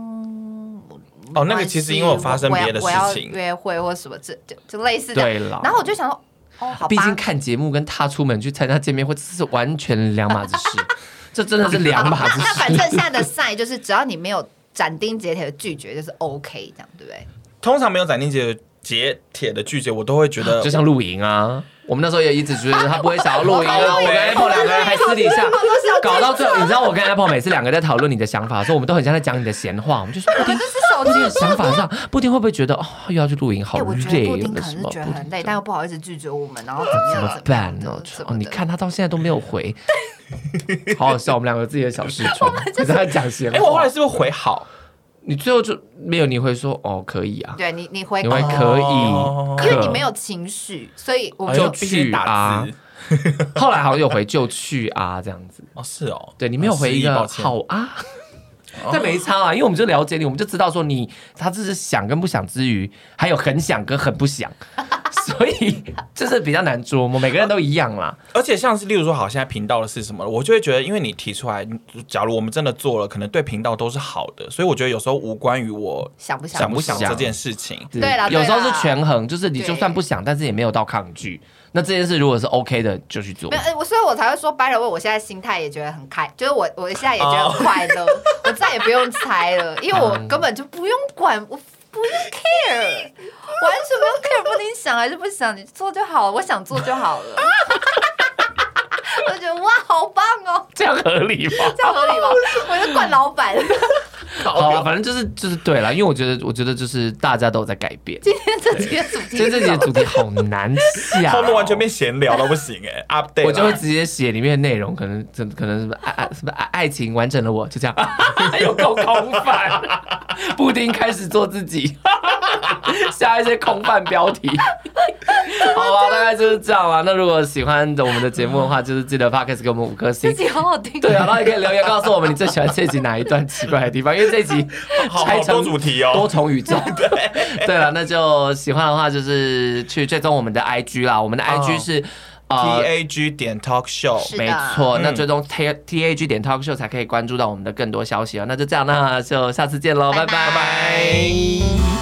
Speaker 3: 哦那个
Speaker 2: 没关
Speaker 3: 其实
Speaker 2: 系
Speaker 3: 因为我发生
Speaker 2: 我要
Speaker 3: 别的事
Speaker 2: 我要
Speaker 3: 情
Speaker 2: 约会或什么这就就类似的。
Speaker 1: 对了，
Speaker 2: 然后我就想说，哦，好吧，
Speaker 1: 毕竟看节目跟踏出门去参加见面会，这是完全两码子 事，这真的是两码子
Speaker 2: 那 反
Speaker 1: 事。
Speaker 2: 正现在的赛就是，只要你没有斩钉截铁的拒绝，就是 OK，这样对不对？
Speaker 3: 通常没有斩钉截截铁的拒绝，我都会觉得
Speaker 1: 就像露营啊，我们那时候也一直觉得他不会想要露营啊，
Speaker 3: 我
Speaker 1: 我
Speaker 3: 我
Speaker 1: 跟 Apple 两个人还私底下搞到最后，你知道我跟 Apple 每次两个在讨论你的想法的时候，我们都很像在讲你的闲话，我们就 说布丁，
Speaker 2: 这是手
Speaker 1: 布丁的
Speaker 2: 机。
Speaker 1: 想法上，布丁会不会觉得哦又要去露营，好
Speaker 2: 哎，我觉得
Speaker 1: 累
Speaker 2: 布
Speaker 1: 哦
Speaker 2: 丁，
Speaker 1: 为
Speaker 2: 可能
Speaker 1: 什
Speaker 2: 是
Speaker 1: 么
Speaker 2: 觉得很累，
Speaker 1: 布丁
Speaker 2: 但又不好意思拒绝我们，然后怎么
Speaker 1: 怎
Speaker 2: 样
Speaker 1: 么
Speaker 2: 怎么
Speaker 1: 办
Speaker 2: 样
Speaker 1: 哦
Speaker 2: 的？
Speaker 1: 哦，你看
Speaker 2: 他
Speaker 1: 他到现在都 没有回，好好笑，我们两个有自己的小事情，你在讲闲
Speaker 3: 哎、我后
Speaker 1: 话
Speaker 3: 来，是不是回好？
Speaker 1: 你最后就没有，你会说哦可以啊，
Speaker 2: 对你你回
Speaker 1: 你会可
Speaker 3: 哦
Speaker 1: 以，
Speaker 2: 因为你没有情绪，所以我
Speaker 3: 哎
Speaker 2: 们
Speaker 3: 呦
Speaker 2: 就
Speaker 1: 就
Speaker 3: 必须
Speaker 1: 去
Speaker 3: 打
Speaker 1: 啊
Speaker 3: 字
Speaker 1: 可。后来好像有回就去啊这样子，
Speaker 3: 哦，是哦，
Speaker 1: 对你没有回一个，
Speaker 3: 哦失忆抱歉
Speaker 1: 好
Speaker 3: 哦
Speaker 1: 啊。但没差啊，因为我们就了解你，我们就知道说你他这是想跟不想之余，还有很想跟很不想， 所以就是比较难捉摸，每个人都一样啦。
Speaker 3: 而且像是例如说，好，现在频道的是什么，我就会觉得，因为你提出来，假如我们真的做了，可能对频道都是好的，所以我觉得有时候无关于我
Speaker 2: 想不想
Speaker 3: 想不想
Speaker 1: 想
Speaker 3: 这件事情。
Speaker 2: 对啦对
Speaker 1: 有时候是
Speaker 2: 啦
Speaker 1: 权衡，就是你
Speaker 2: 对
Speaker 1: 就算不想，但是也没有到抗拒。那这件事如果是 OK 的，就去做
Speaker 2: 没。有，哎我所以，我才会说 by the way，我现在心态也觉得很开，就是我我现在也觉得很快乐， 我再也不用猜了，因为我根本就不用管，我不用 care，完全不用 care，不你想还是不想，你做就好了，我想做就好了。我就觉得哇，好棒哦，
Speaker 1: 这样合理吗？
Speaker 2: 这样合理吗？我是惯老板，
Speaker 1: 好啊，反正就是就是对啦，因为我觉得我觉得就是大家都有在改变。
Speaker 2: 今天这几个主题
Speaker 1: 今天
Speaker 2: 是啊什
Speaker 1: 这
Speaker 2: 么，
Speaker 1: 集的主题好难下、哦
Speaker 3: 后面完全变。闲聊到不行 哎、u p d a t e
Speaker 1: 我就会直接写里面的内容，可能真可能什么爱爱什么啊爱爱情完整了我， 就这样，有够空泛。布丁开始做自己， 下一些空泛标题。好吧，大概就是这样啦。那如果喜欢我们的节目的
Speaker 3: 嗯
Speaker 1: 话，就是记得 podcast 给我们五颗
Speaker 2: 这
Speaker 1: 星。
Speaker 2: 集好好听，
Speaker 1: 对啊，然后也可以留言告诉我们你最喜欢这集哪一段奇怪的地方，因为这 集
Speaker 3: 好
Speaker 1: 拆成
Speaker 3: 好多主题哦
Speaker 1: 多重宇宙。对，对了，那就喜欢的话就是去追踪我们的 IG 啦，我们的
Speaker 3: 哦
Speaker 1: IG 是、
Speaker 3: T
Speaker 1: 呃。
Speaker 3: A G 点 Talk Show，
Speaker 2: 是的
Speaker 1: 没错，
Speaker 3: 嗯
Speaker 1: 那追踪 T T A G 点 Talk Show 才可以关注到我们的更多消息哦。那就这样，那就下次见喽，
Speaker 2: 拜
Speaker 1: 拜
Speaker 2: 拜
Speaker 1: 拜